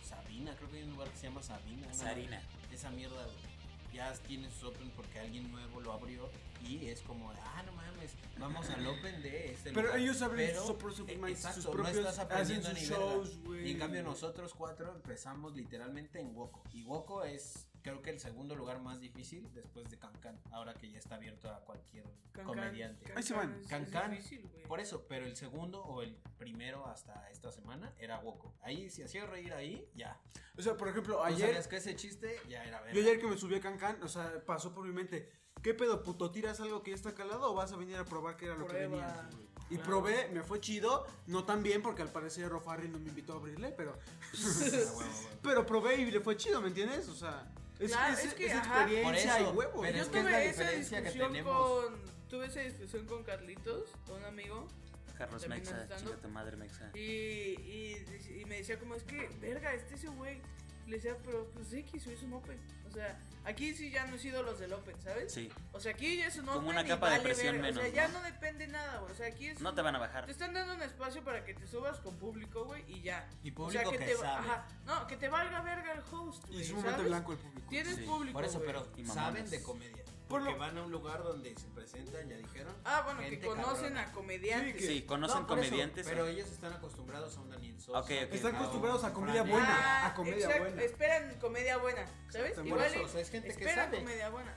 [SPEAKER 5] Sabina, creo que hay un lugar que se llama Sabina. ¿no?
[SPEAKER 3] Sarina.
[SPEAKER 5] Esa mierda, güey. Ya tiene sus open porque alguien nuevo lo abrió y es como, ah, no mames, vamos al open de este
[SPEAKER 2] Pero
[SPEAKER 5] lugar".
[SPEAKER 2] ellos abren
[SPEAKER 5] Pero,
[SPEAKER 2] sus
[SPEAKER 3] e,
[SPEAKER 2] propios open
[SPEAKER 5] eh,
[SPEAKER 2] mics,
[SPEAKER 5] exacto,
[SPEAKER 2] sus
[SPEAKER 5] no
[SPEAKER 2] propios-
[SPEAKER 5] estás
[SPEAKER 2] hacen
[SPEAKER 5] aprendiendo
[SPEAKER 2] sus
[SPEAKER 5] ni verga.
[SPEAKER 2] shows, güey.
[SPEAKER 5] Y en cambio nosotros cuatro empezamos literalmente en Woco. Y Woco es creo que el segundo lugar más difícil después de Cancán, ahora que ya está abierto a cualquier comediante.
[SPEAKER 2] Ahí se van.
[SPEAKER 5] Cancán. Por
[SPEAKER 4] Por
[SPEAKER 5] eso, pero el segundo o el primero hasta esta semana era Woco. Ahí si hacía reír ahí, ya.
[SPEAKER 2] O sea, por ejemplo,
[SPEAKER 5] Ayer
[SPEAKER 2] ayer.
[SPEAKER 5] es que ese chiste ya era
[SPEAKER 2] Yo
[SPEAKER 5] verdad.
[SPEAKER 2] ayer que me subí a Cancán, o sea, pasó por mi mente. ¿Qué pedo, puto? ¿Tiras algo que ya está calado o vas a venir a probar qué era lo que
[SPEAKER 4] Prueba.
[SPEAKER 2] venía? Y
[SPEAKER 4] Claro.
[SPEAKER 2] probé, me fue chido, no tan bien porque al parecer Rofarri no me invitó a abrirle, pero
[SPEAKER 5] Ah, huevo, huevo.
[SPEAKER 2] pero probé y le fue chido, ¿me entiendes? O sea, es,
[SPEAKER 4] Claro,
[SPEAKER 2] es-
[SPEAKER 4] es que,
[SPEAKER 2] es
[SPEAKER 4] ajá.
[SPEAKER 5] Por
[SPEAKER 2] experiencia
[SPEAKER 5] eso,
[SPEAKER 2] y huevos.
[SPEAKER 5] pero
[SPEAKER 4] yo
[SPEAKER 5] es que es la
[SPEAKER 4] tuve esa
[SPEAKER 5] diferencia que
[SPEAKER 4] discusión
[SPEAKER 5] tenemos.
[SPEAKER 4] con. Tuve esa discusión con Carlitos, un amigo.
[SPEAKER 3] Carlos
[SPEAKER 4] Terminas
[SPEAKER 3] Mexa,
[SPEAKER 4] estando-
[SPEAKER 3] chinga tu madre Mexa.
[SPEAKER 4] Y, y, y me decía como es que, verga, este ese güey. Le decía, pero pues X, hoy es un open. O sea, aquí sí ya no he sido los del open, ¿sabes?
[SPEAKER 3] Sí,
[SPEAKER 4] O sea, aquí ya es un open.
[SPEAKER 3] Como una
[SPEAKER 4] y
[SPEAKER 3] capa de
[SPEAKER 4] vale
[SPEAKER 3] presión
[SPEAKER 4] verga. O sea,
[SPEAKER 3] menos,
[SPEAKER 4] ya
[SPEAKER 3] ¿no?
[SPEAKER 4] no depende nada, güey. O sea, aquí es.
[SPEAKER 3] no
[SPEAKER 4] un-
[SPEAKER 3] te van a bajar.
[SPEAKER 4] Te están dando un espacio para que te subas con público, güey, y ya.
[SPEAKER 5] Y
[SPEAKER 4] O
[SPEAKER 5] público
[SPEAKER 4] sea, que,
[SPEAKER 5] que,
[SPEAKER 4] te,
[SPEAKER 5] sabe.
[SPEAKER 4] ajá, no, que te valga verga el host.
[SPEAKER 2] Y
[SPEAKER 4] güey,
[SPEAKER 2] es un momento
[SPEAKER 4] ¿sabes?
[SPEAKER 2] blanco el público.
[SPEAKER 4] Tienes
[SPEAKER 3] Sí,
[SPEAKER 4] público.
[SPEAKER 5] Por eso,
[SPEAKER 4] güey.
[SPEAKER 5] pero
[SPEAKER 3] Y mamones.
[SPEAKER 5] saben de comedia.
[SPEAKER 2] Por
[SPEAKER 5] Porque
[SPEAKER 2] lo-
[SPEAKER 5] van a un lugar donde se presentan, ya dijeron.
[SPEAKER 4] Ah, bueno, que
[SPEAKER 5] gente
[SPEAKER 4] conocen
[SPEAKER 5] cabrona.
[SPEAKER 4] a comediantes.
[SPEAKER 2] Sí, que-
[SPEAKER 3] Sí, conocen
[SPEAKER 5] No, por eso,
[SPEAKER 3] comediantes. eh.
[SPEAKER 5] pero ellos están acostumbrados a un Daniel Sosa.
[SPEAKER 3] Ok, ok.
[SPEAKER 2] Están
[SPEAKER 5] un
[SPEAKER 2] acostumbrados a comedia
[SPEAKER 5] Fran
[SPEAKER 2] buena.
[SPEAKER 5] Evia.
[SPEAKER 2] a comedia buena.
[SPEAKER 4] Esperan comedia buena, ¿sabes?
[SPEAKER 2] Exacto,
[SPEAKER 5] Por
[SPEAKER 4] Igual
[SPEAKER 5] eso,
[SPEAKER 4] y-
[SPEAKER 5] o sea, es gente que
[SPEAKER 4] esperan
[SPEAKER 5] sabe.
[SPEAKER 4] comedia buena.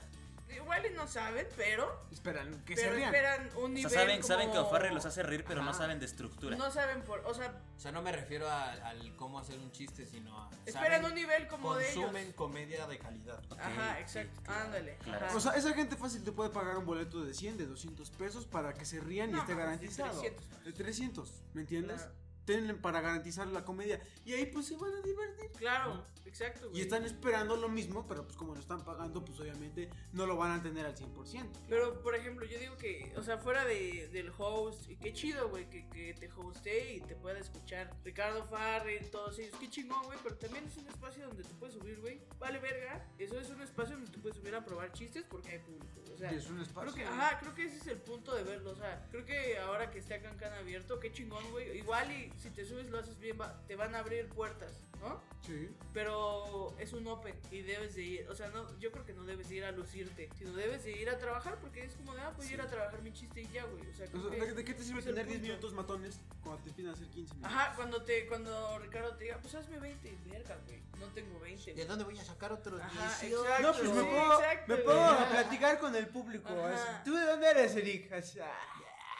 [SPEAKER 4] Igual y no saben, pero,
[SPEAKER 2] Esperan que se
[SPEAKER 4] pero
[SPEAKER 2] rían.
[SPEAKER 4] esperan un
[SPEAKER 3] O
[SPEAKER 4] nivel
[SPEAKER 3] sea, saben, saben que
[SPEAKER 4] como-
[SPEAKER 3] O'Farrell los hace reír, pero no
[SPEAKER 2] Ajá.
[SPEAKER 3] saben de estructura.
[SPEAKER 4] No saben por, o sea,
[SPEAKER 5] O sea, no me refiero a- al cómo hacer un chiste, sino a.
[SPEAKER 4] esperan
[SPEAKER 5] saben,
[SPEAKER 4] un nivel como de ellos.
[SPEAKER 5] Consumen comedia de calidad.
[SPEAKER 3] Ok,
[SPEAKER 4] Ajá,
[SPEAKER 3] sí,
[SPEAKER 4] exacto.
[SPEAKER 3] claro,
[SPEAKER 4] Ándale.
[SPEAKER 3] claro.
[SPEAKER 4] ajá.
[SPEAKER 2] O sea, esa gente fácil te puede pagar un boleto de 100, de 200 pesos para que se rían
[SPEAKER 4] No,
[SPEAKER 2] y esté
[SPEAKER 4] mames,
[SPEAKER 2] garantizado.
[SPEAKER 4] de 300.
[SPEAKER 2] De 300, ¿me entiendes?
[SPEAKER 4] Claro.
[SPEAKER 2] Tienen para garantizar la comedia. Y ahí pues se van a divertir.
[SPEAKER 4] Claro, exacto,
[SPEAKER 2] Y
[SPEAKER 4] güey.
[SPEAKER 2] están esperando lo mismo, pero pues como lo están pagando, pues obviamente no lo van a tener al 100%.
[SPEAKER 4] Pero, por ejemplo, yo digo que, o sea, fuera de, del host, y qué chido, güey, que, que te hoste y te pueda escuchar Ricardo Farrell, todos ellos, qué chingón, güey, pero también es un espacio donde te puedes subir, güey, vale verga, eso es un espacio donde te puedes subir a probar chistes porque hay público, o sea,
[SPEAKER 2] Y es un espacio.
[SPEAKER 4] creo que, ajá, creo que ese es el punto de verlo, o sea, creo que ahora que está Cancan abierto, qué chingón, güey, igual y si te subes lo haces bien, va- te van a abrir puertas, ¿no?
[SPEAKER 2] Sí.
[SPEAKER 4] Pero es un open y debes de ir, o sea, no, yo creo que no debes de ir a lucirte, sino debes de ir a trabajar porque es como de, ah, pues ir a trabajar mi chiste y ya, güey. O sea,
[SPEAKER 2] O
[SPEAKER 4] creo
[SPEAKER 2] sea,
[SPEAKER 4] que-
[SPEAKER 2] ¿de, de qué te sirve
[SPEAKER 4] es el
[SPEAKER 2] tener 10
[SPEAKER 4] punto.
[SPEAKER 2] minutos matones cuando te piden hacer 15 minutos?
[SPEAKER 4] Ajá, cuando te cuando Ricardo te diga, pues hazme 20, y verga, güey. No tengo 20.
[SPEAKER 5] ¿De dónde voy a sacar otros
[SPEAKER 4] Ajá,
[SPEAKER 5] 18?
[SPEAKER 4] exacto.
[SPEAKER 2] No, pues me
[SPEAKER 4] Sí,
[SPEAKER 2] puedo,
[SPEAKER 4] exacto,
[SPEAKER 2] me
[SPEAKER 4] güey.
[SPEAKER 2] puedo platicar con el público.
[SPEAKER 4] Ajá.
[SPEAKER 2] así, ¿Tú de dónde eres, Eric? Así, ah.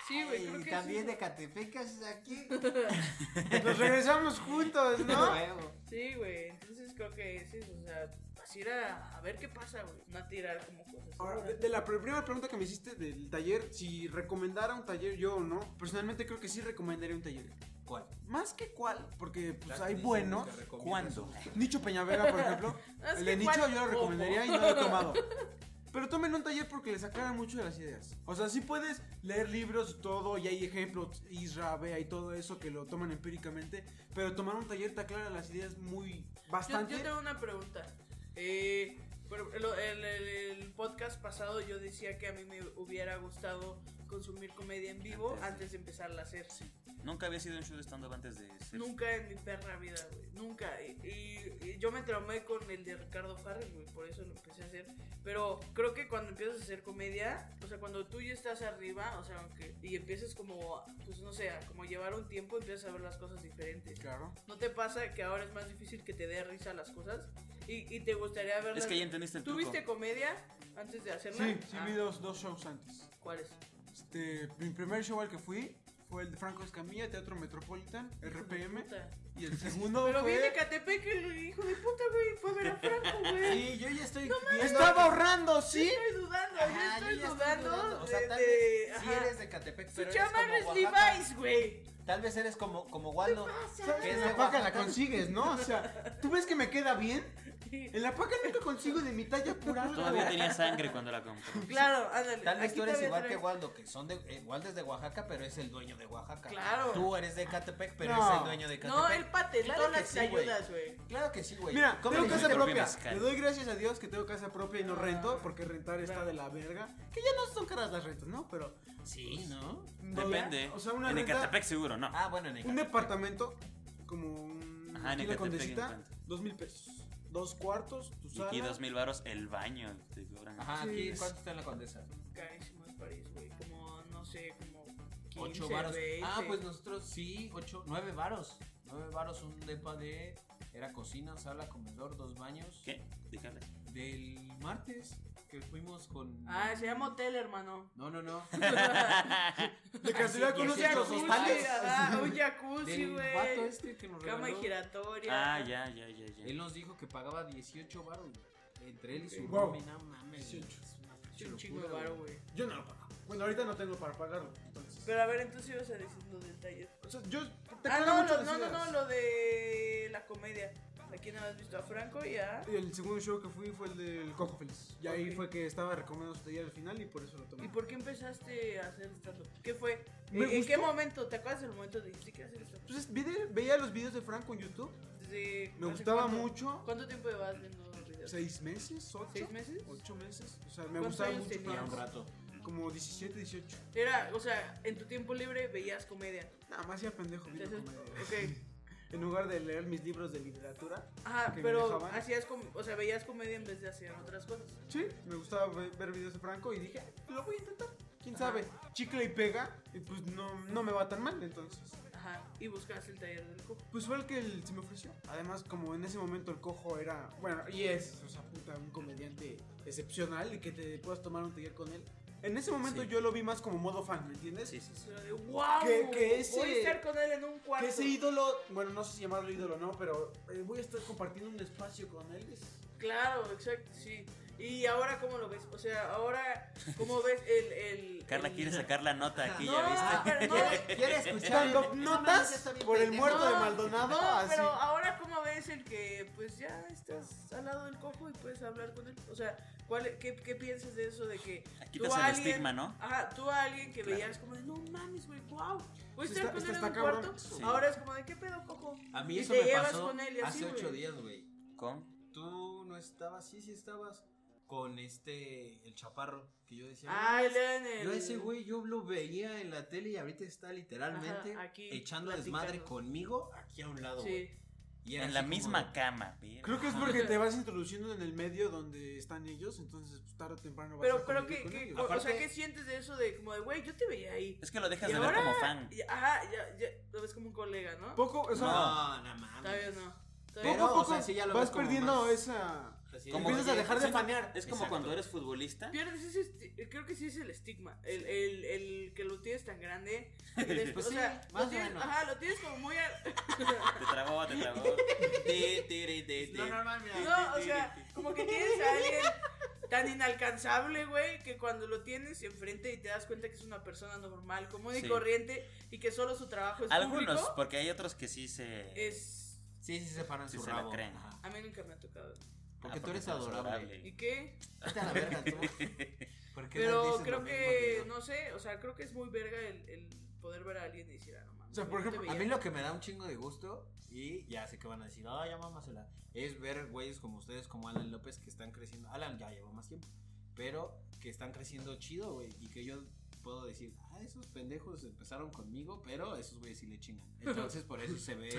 [SPEAKER 4] Sí, Sí, güey, creo
[SPEAKER 5] Y
[SPEAKER 4] que
[SPEAKER 5] también
[SPEAKER 4] sí.
[SPEAKER 5] de Catepecas aquí.
[SPEAKER 2] Nos regresamos juntos, ¿no?
[SPEAKER 5] Huevo.
[SPEAKER 4] Sí, güey, entonces creo que es eso, o sea, así era a ver qué pasa, güey, no a tirar como cosas.
[SPEAKER 2] Ahora, de,
[SPEAKER 4] ¿no?
[SPEAKER 2] de la pr- primera pregunta que me hiciste del taller, si recomendara un taller yo o no, personalmente creo que sí recomendaría un taller.
[SPEAKER 5] ¿Cuál?
[SPEAKER 2] Más que cuál, porque pues
[SPEAKER 5] Ya
[SPEAKER 2] hay
[SPEAKER 5] dicen
[SPEAKER 2] buenos.
[SPEAKER 5] que recomiendas
[SPEAKER 3] ¿Cuándo?
[SPEAKER 5] un-
[SPEAKER 2] Nicho Peñavera, por ejemplo.
[SPEAKER 4] Ah, Es
[SPEAKER 2] el
[SPEAKER 4] que
[SPEAKER 2] de Nicho
[SPEAKER 4] cuál
[SPEAKER 2] yo lo
[SPEAKER 4] bobo.
[SPEAKER 2] recomendaría y no lo he tomado. Pero tomen un taller porque les aclaran mucho de las ideas. O sea, sí puedes leer libros y todo, y hay ejemplos, Isra, Bea y todo eso que lo toman empíricamente. Pero tomar un taller te aclara las ideas muy
[SPEAKER 4] Yo,
[SPEAKER 2] bastante.
[SPEAKER 4] yo tengo una pregunta. Eh, por- lo- el, el- el podcast pasado yo decía que a mí me hubiera gustado consumir comedia en vivo
[SPEAKER 3] Antes
[SPEAKER 4] antes,
[SPEAKER 3] de-
[SPEAKER 4] de empezarla a hacer.
[SPEAKER 3] Nunca había sido un show de stand-up antes de ser.
[SPEAKER 4] Nunca en mi perra vida, güey. Nunca. Y, y- y yo me traumé con el de Ricardo Farrell, güey. Por eso lo empecé a hacer. Pero creo que cuando empiezas a hacer comedia, o sea, cuando tú ya estás arriba, o sea, aunque, y empiezas como, pues no sé, a como llevar un tiempo, empiezas a ver las cosas diferentes.
[SPEAKER 2] Claro.
[SPEAKER 4] ¿No te pasa que ahora es más difícil que te dé risa las cosas? Y, y te gustaría verlas.
[SPEAKER 3] Es que ya entendiste el truco.
[SPEAKER 4] ¿Tuviste comedia antes de hacerla?
[SPEAKER 2] Sí, sí
[SPEAKER 4] Ah,
[SPEAKER 2] vi dos, dos shows antes.
[SPEAKER 4] ¿Cuáles?
[SPEAKER 2] Este, mi primer show al que fui fue el de Franco Escamilla, Teatro Metropolitan, RPM.
[SPEAKER 4] Puta.
[SPEAKER 2] Y el segundo
[SPEAKER 4] Pero vi de
[SPEAKER 2] fue...
[SPEAKER 4] Catepec, el hijo de puta, güey. Fue a ver a Franco, güey.
[SPEAKER 5] Sí, yo ya estoy viendo-
[SPEAKER 2] Estaba ahorrando,
[SPEAKER 4] Sí,
[SPEAKER 2] ¿sí?
[SPEAKER 4] estoy dudando,
[SPEAKER 5] Ajá,
[SPEAKER 4] yo estoy
[SPEAKER 5] Ah, ya
[SPEAKER 4] dudando.
[SPEAKER 5] O sea,
[SPEAKER 4] de-
[SPEAKER 5] tal
[SPEAKER 4] de-
[SPEAKER 5] vez sí
[SPEAKER 4] ajá.
[SPEAKER 5] eres de Catepec,
[SPEAKER 4] Su
[SPEAKER 5] pero eres
[SPEAKER 4] chamar es
[SPEAKER 5] como Oaxaca.
[SPEAKER 4] Levi's, güey.
[SPEAKER 5] Tal vez eres como, como Waldo.
[SPEAKER 2] ¿Sabes?
[SPEAKER 5] que es
[SPEAKER 2] En
[SPEAKER 5] de
[SPEAKER 2] la paca la
[SPEAKER 5] Oaxaca.
[SPEAKER 2] consigues, ¿no? O sea, ¿tú ves que me queda bien? En la paca nunca consigo de mi talla pura.
[SPEAKER 3] Todavía tenía sangre cuando la compró.
[SPEAKER 4] Claro, ándale.
[SPEAKER 5] Tal vez
[SPEAKER 4] aquí
[SPEAKER 5] tú eres
[SPEAKER 4] todavía
[SPEAKER 5] igual
[SPEAKER 4] traes-
[SPEAKER 5] que Waldo, que son de, eh, Waldo es de Oaxaca, pero es el dueño de Oaxaca.
[SPEAKER 4] Claro.
[SPEAKER 5] Tú eres de Catepec, pero
[SPEAKER 2] No.
[SPEAKER 5] es el dueño de Catepec.
[SPEAKER 4] No, él patentó
[SPEAKER 5] Claro que
[SPEAKER 4] las
[SPEAKER 5] sí, güey.
[SPEAKER 4] ayudas, güey.
[SPEAKER 5] Claro que sí, güey.
[SPEAKER 2] Mira,
[SPEAKER 5] ¿Cómo
[SPEAKER 2] tengo
[SPEAKER 5] le
[SPEAKER 2] casa
[SPEAKER 5] hiciste?
[SPEAKER 3] propio
[SPEAKER 2] propia.
[SPEAKER 3] mezcal?
[SPEAKER 2] Le doy gracias a Dios que tengo casa propia y no
[SPEAKER 4] Ah.
[SPEAKER 2] rento, porque rentar está
[SPEAKER 4] Claro.
[SPEAKER 2] de la verga. Que ya no son caras las rentas, ¿no? Pero...
[SPEAKER 5] Sí, ¿no?
[SPEAKER 3] Depende.
[SPEAKER 2] O sea, una
[SPEAKER 3] en
[SPEAKER 2] renta...
[SPEAKER 3] Ecatepec seguro, no.
[SPEAKER 5] Ah, bueno, en el
[SPEAKER 2] Un
[SPEAKER 5] Catepec.
[SPEAKER 2] departamento como un
[SPEAKER 3] Ajá, en
[SPEAKER 2] aquí la
[SPEAKER 3] Ecatepec, ¿en
[SPEAKER 2] condesita,
[SPEAKER 3] cuánto?
[SPEAKER 2] dos mil pesos. Dos cuartos, tu
[SPEAKER 3] Y
[SPEAKER 2] sala.
[SPEAKER 3] aquí dos mil varos el baño. te cobran.
[SPEAKER 5] Ajá,
[SPEAKER 2] Sí.
[SPEAKER 5] aquí, ¿cuánto está en la Condesa?
[SPEAKER 4] Carísimo en París, güey. Como, no sé, como 15,
[SPEAKER 5] Ocho varos.
[SPEAKER 4] 20.
[SPEAKER 5] Ah, pues nosotros sí, ocho, nueve varos. Nueve varos, un depa de... Era cocina, sala, comedor, dos baños.
[SPEAKER 3] ¿Qué? Dígale.
[SPEAKER 5] Del martes que fuimos con...
[SPEAKER 4] Ah, se llama hotel, hermano.
[SPEAKER 5] No, no, no.
[SPEAKER 2] De casualidad
[SPEAKER 5] sí,
[SPEAKER 4] Un
[SPEAKER 5] Los
[SPEAKER 2] conoces
[SPEAKER 5] sí,
[SPEAKER 2] los
[SPEAKER 5] sí,
[SPEAKER 4] jacuzzi,
[SPEAKER 5] hostales.
[SPEAKER 4] ajá, un jacuzzi,
[SPEAKER 5] Del vato
[SPEAKER 4] güey.
[SPEAKER 5] este que nos regaló.
[SPEAKER 4] Cama giratoria.
[SPEAKER 3] Ah, ya, ya, ya, ya.
[SPEAKER 5] Él nos dijo que pagaba 18 baros, güey. Entre él y su
[SPEAKER 2] Wow.
[SPEAKER 5] roomie, no mames. güey.
[SPEAKER 2] 18.
[SPEAKER 5] Es una
[SPEAKER 4] Es
[SPEAKER 5] pinche
[SPEAKER 4] Un chingo de
[SPEAKER 5] locura,
[SPEAKER 4] varo,
[SPEAKER 5] güey.
[SPEAKER 4] güey.
[SPEAKER 2] Yo no lo pago. Bueno, ahorita no tengo para pagarlo. entonces.
[SPEAKER 4] Pero a ver, entonces ibas a decir lo del taller.
[SPEAKER 2] O sea, yo te
[SPEAKER 4] Ah,
[SPEAKER 2] aclaro
[SPEAKER 4] no,
[SPEAKER 2] mucho
[SPEAKER 4] lo-
[SPEAKER 2] las
[SPEAKER 4] no, no,
[SPEAKER 2] ideas.
[SPEAKER 4] no, lo de la comedia. Aquí nada más visto a Franco y a.
[SPEAKER 2] Y el segundo show que fui fue el del Coco Feliz. Y ahí
[SPEAKER 4] Ok.
[SPEAKER 2] fue que estaba recomendando su taller al final y por eso lo tomé.
[SPEAKER 4] ¿Y por qué empezaste a hacer stand ¿Qué fue?
[SPEAKER 2] Me
[SPEAKER 4] ¿En en qué
[SPEAKER 2] gustó.
[SPEAKER 4] momento? ¿Te acuerdas del momento de dijiste que hacer stand
[SPEAKER 2] Entonces vi de- veía los videos de Franco en YouTube. Me gustaba mucho.
[SPEAKER 4] ¿Cuánto tiempo llevas viendo los videos?
[SPEAKER 2] ¿Seis meses? ¿Ocho?
[SPEAKER 4] ¿Seis meses?
[SPEAKER 2] ¿Ocho meses? O sea, me
[SPEAKER 4] ¿Cuántos
[SPEAKER 2] gustaba
[SPEAKER 4] años
[SPEAKER 2] mucho.
[SPEAKER 4] tenías?
[SPEAKER 5] Ya un
[SPEAKER 2] Franco.
[SPEAKER 5] rato.
[SPEAKER 2] Como 17, 18.
[SPEAKER 4] Era, o sea, en tu tiempo libre veías comedia.
[SPEAKER 2] Nada más ya pendejo. viendo
[SPEAKER 4] Entonces,
[SPEAKER 2] comedia.
[SPEAKER 4] ok.
[SPEAKER 2] En lugar de leer mis libros de literatura.
[SPEAKER 4] Ajá,
[SPEAKER 2] Que me
[SPEAKER 4] pero
[SPEAKER 2] dejaban.
[SPEAKER 4] hacías com- o sea, veías comedia en vez de hacer otras cosas.
[SPEAKER 2] Sí, me gustaba ve- ver videos de Franco y dije, "Ah, lo voy a intentar. ¿Quién
[SPEAKER 4] Ajá.
[SPEAKER 2] sabe? Chicle y pega, y pues no, no me va tan mal entonces.
[SPEAKER 4] Ajá, y buscaste el taller del cojo.
[SPEAKER 2] Pues fue el que el- se me ofreció. Además, como en ese momento el cojo era, bueno, y es, o sea, puta, un comediante excepcional y que te puedas tomar un taller con él. En ese momento
[SPEAKER 3] Sí.
[SPEAKER 2] yo lo vi más como modo fan, ¿me entiendes?
[SPEAKER 3] Sí, sí, sí.
[SPEAKER 4] Era de, ¡Wow!
[SPEAKER 2] Que- que ese-
[SPEAKER 4] Voy a estar con él en un cuarto.
[SPEAKER 2] Que ese ídolo, bueno, no sé si llamarlo ídolo o no, pero eh, voy a estar compartiendo un espacio con él. es-
[SPEAKER 4] Claro, exacto, sí. ¿Y ahora cómo lo ves? O sea, ahora, ¿cómo ves el. el
[SPEAKER 3] Carla
[SPEAKER 4] el-
[SPEAKER 3] quiere sacar la nota aquí,
[SPEAKER 4] No,
[SPEAKER 3] ya viste.
[SPEAKER 4] Ah, pero no,
[SPEAKER 5] ¿Quiere escuchar?
[SPEAKER 2] Dando notas por el muerto de
[SPEAKER 4] No,
[SPEAKER 2] Maldonado, Ah,
[SPEAKER 4] no,
[SPEAKER 2] así.
[SPEAKER 4] pero ahora cómo ves el que pues ya estás al lado del cojo y puedes hablar con él. O sea, ¿cuál, e, qué, ¿qué piensas de eso de que
[SPEAKER 3] Aquí quitas el
[SPEAKER 4] alguien-
[SPEAKER 3] estigma, ¿no?
[SPEAKER 4] Ajá, tú a alguien que
[SPEAKER 3] Claro.
[SPEAKER 4] veías como de, no mames, güey, wow. Voy a
[SPEAKER 2] Sí,
[SPEAKER 4] estar
[SPEAKER 2] está-
[SPEAKER 4] con él
[SPEAKER 2] está-
[SPEAKER 4] en
[SPEAKER 2] está
[SPEAKER 4] un
[SPEAKER 2] cabrón.
[SPEAKER 4] cuarto.
[SPEAKER 3] Sí.
[SPEAKER 4] Ahora es como de, ¿qué pedo, cojo?
[SPEAKER 5] A
[SPEAKER 4] Y
[SPEAKER 5] mí eso
[SPEAKER 4] te
[SPEAKER 5] me
[SPEAKER 4] llevas
[SPEAKER 5] pasó
[SPEAKER 4] con él y así,
[SPEAKER 5] hace ocho
[SPEAKER 4] güey.
[SPEAKER 5] días, güey.
[SPEAKER 3] Con.
[SPEAKER 5] Tú no estabas, sí, sí estabas con este, el chaparro, que yo decía.
[SPEAKER 4] Ah, él era en el.
[SPEAKER 5] Yo a ese güey yo lo veía en la tele y ahorita está literalmente
[SPEAKER 4] Ajá, aquí,
[SPEAKER 5] echando
[SPEAKER 4] platicando.
[SPEAKER 5] desmadre conmigo aquí a un lado, güey.
[SPEAKER 4] Sí.
[SPEAKER 5] Y era
[SPEAKER 3] En
[SPEAKER 5] así
[SPEAKER 3] la
[SPEAKER 5] como
[SPEAKER 3] misma
[SPEAKER 5] de,
[SPEAKER 3] cama. mira.
[SPEAKER 2] Creo que es porque te vas introduciendo en el medio donde están ellos, entonces pues, tarde o temprano vas
[SPEAKER 4] Pero
[SPEAKER 2] a
[SPEAKER 4] creo que,
[SPEAKER 2] convivir con
[SPEAKER 4] que-
[SPEAKER 2] ellos.
[SPEAKER 4] o, o sea,
[SPEAKER 5] Aparte-
[SPEAKER 4] ¿qué sientes de eso de como de, güey, yo te veía ahí?
[SPEAKER 3] Es que lo dejas
[SPEAKER 4] Y
[SPEAKER 3] de ver
[SPEAKER 4] ahora-
[SPEAKER 3] como fan.
[SPEAKER 4] Y- ajá, ya, ya, lo ves como un colega, ¿no?
[SPEAKER 2] Poco, o sea,
[SPEAKER 5] No, no mames.
[SPEAKER 4] Todavía no. Todavía
[SPEAKER 5] Pero,
[SPEAKER 2] poco a
[SPEAKER 5] o
[SPEAKER 2] poco
[SPEAKER 5] sea, sí ya lo
[SPEAKER 2] vas
[SPEAKER 5] ves como
[SPEAKER 2] perdiendo
[SPEAKER 5] más-
[SPEAKER 2] esa
[SPEAKER 5] Así
[SPEAKER 3] Como-
[SPEAKER 2] Empiezas a dejar de
[SPEAKER 3] siento-
[SPEAKER 2] fanear.
[SPEAKER 3] Es como
[SPEAKER 5] Exacto.
[SPEAKER 3] cuando eres futbolista.
[SPEAKER 4] Pierdes ese esti- creo que sí es el estigma, el, el, el que lo tienes tan grande. y des-
[SPEAKER 2] Pues
[SPEAKER 4] o
[SPEAKER 2] sí,
[SPEAKER 4] sea,
[SPEAKER 2] más
[SPEAKER 4] lo
[SPEAKER 2] o
[SPEAKER 4] tienes,
[SPEAKER 2] menos.
[SPEAKER 4] ajá, lo tienes como muy a-
[SPEAKER 3] Te trabó, te trabó. Ti, tiri, ti, ti.
[SPEAKER 2] No, normal, mira.
[SPEAKER 4] No, o sea, como que tienes a alguien tan inalcanzable, güey, que cuando lo tienes enfrente y te das cuenta que es una persona normal, común y
[SPEAKER 3] Sí.
[SPEAKER 4] corriente y que solo su trabajo es
[SPEAKER 3] Algunos,
[SPEAKER 4] público,
[SPEAKER 3] porque hay otros que sí se.
[SPEAKER 4] es
[SPEAKER 5] Sí, sí, se paran
[SPEAKER 3] Sí
[SPEAKER 5] su
[SPEAKER 3] se la
[SPEAKER 5] rabo.
[SPEAKER 3] creen.
[SPEAKER 5] Ajá.
[SPEAKER 4] a mí nunca me ha tocado.
[SPEAKER 3] Ah,
[SPEAKER 5] Porque tú eres
[SPEAKER 3] eres
[SPEAKER 5] adorable.
[SPEAKER 4] ¿Y qué?
[SPEAKER 5] Vete a la verga, tú. ¿Por qué no
[SPEAKER 4] Pero
[SPEAKER 5] dices
[SPEAKER 4] creo
[SPEAKER 5] lo mismo
[SPEAKER 4] que,
[SPEAKER 5] yo?
[SPEAKER 4] no sé, o sea, creo que es muy verga el, el poder ver a alguien y decir, ah, no mames.
[SPEAKER 2] O sea, por
[SPEAKER 4] güey, no te
[SPEAKER 2] ejemplo,
[SPEAKER 5] A
[SPEAKER 4] veía.
[SPEAKER 5] mí lo que me da un chingo de gusto, y ya sé que van a decir, ah, ya mámasela, es ver güeyes como ustedes, como Alan López, que están creciendo. Alan ya lleva más tiempo, pero que están creciendo chido, güey, y que yo puedo decir, ah, esos pendejos empezaron conmigo, pero esos güeyes sí le chingan. Entonces, por eso se ve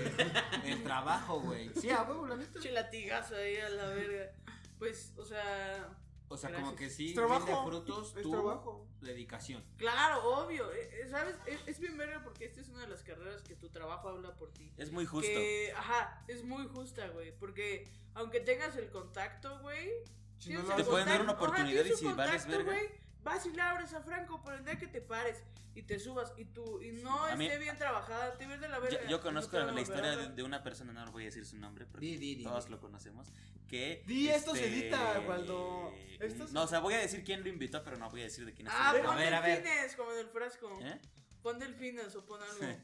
[SPEAKER 5] el trabajo, güey. Sí, a huevo, la neta.
[SPEAKER 4] Pinche latigazo ahí a la verga. Pues, o sea,
[SPEAKER 5] O sea, como
[SPEAKER 4] Gracias.
[SPEAKER 5] que sí,
[SPEAKER 2] Es trabajo,
[SPEAKER 5] rinde frutos
[SPEAKER 2] es
[SPEAKER 5] tu
[SPEAKER 2] trabajo.
[SPEAKER 5] dedicación.
[SPEAKER 4] claro, obvio, eh, eh, ¿sabes? Es, es bien verga porque esta es una de las carreras que tu trabajo habla por ti.
[SPEAKER 3] Es muy justo.
[SPEAKER 4] Que, ajá, es muy justa, güey, porque aunque tengas el contacto, güey,
[SPEAKER 2] Si no
[SPEAKER 4] tienes
[SPEAKER 2] lo
[SPEAKER 4] el
[SPEAKER 3] Te pueden
[SPEAKER 4] contacto-
[SPEAKER 3] dar una
[SPEAKER 4] ajá,
[SPEAKER 3] oportunidad
[SPEAKER 4] tienes
[SPEAKER 3] y
[SPEAKER 4] un
[SPEAKER 3] si vales
[SPEAKER 4] contacto,
[SPEAKER 3] verga.
[SPEAKER 4] güey, Vas y le abres a Franco por el día que te pares y te subas y tú y no
[SPEAKER 3] A mí-
[SPEAKER 4] esté bien trabajada, te ves de la verga.
[SPEAKER 3] Yo, yo conozco
[SPEAKER 4] No te van a
[SPEAKER 3] la
[SPEAKER 4] volver a
[SPEAKER 3] historia
[SPEAKER 4] hablar.
[SPEAKER 3] de, de una persona, no voy a decir su nombre, porque
[SPEAKER 5] Di, di, di,
[SPEAKER 3] todos
[SPEAKER 5] di.
[SPEAKER 3] lo conocemos. Que. este,
[SPEAKER 2] Di, esto se edita, Waldo. Esto se-
[SPEAKER 3] No, o sea, voy a decir quién lo invitó, pero no voy a decir de quién es.
[SPEAKER 4] Ah,
[SPEAKER 3] el-
[SPEAKER 4] pon
[SPEAKER 5] a ver, a ver.
[SPEAKER 4] delfines, como en el frasco.
[SPEAKER 3] ¿Eh?
[SPEAKER 4] Pon delfines o pon algo.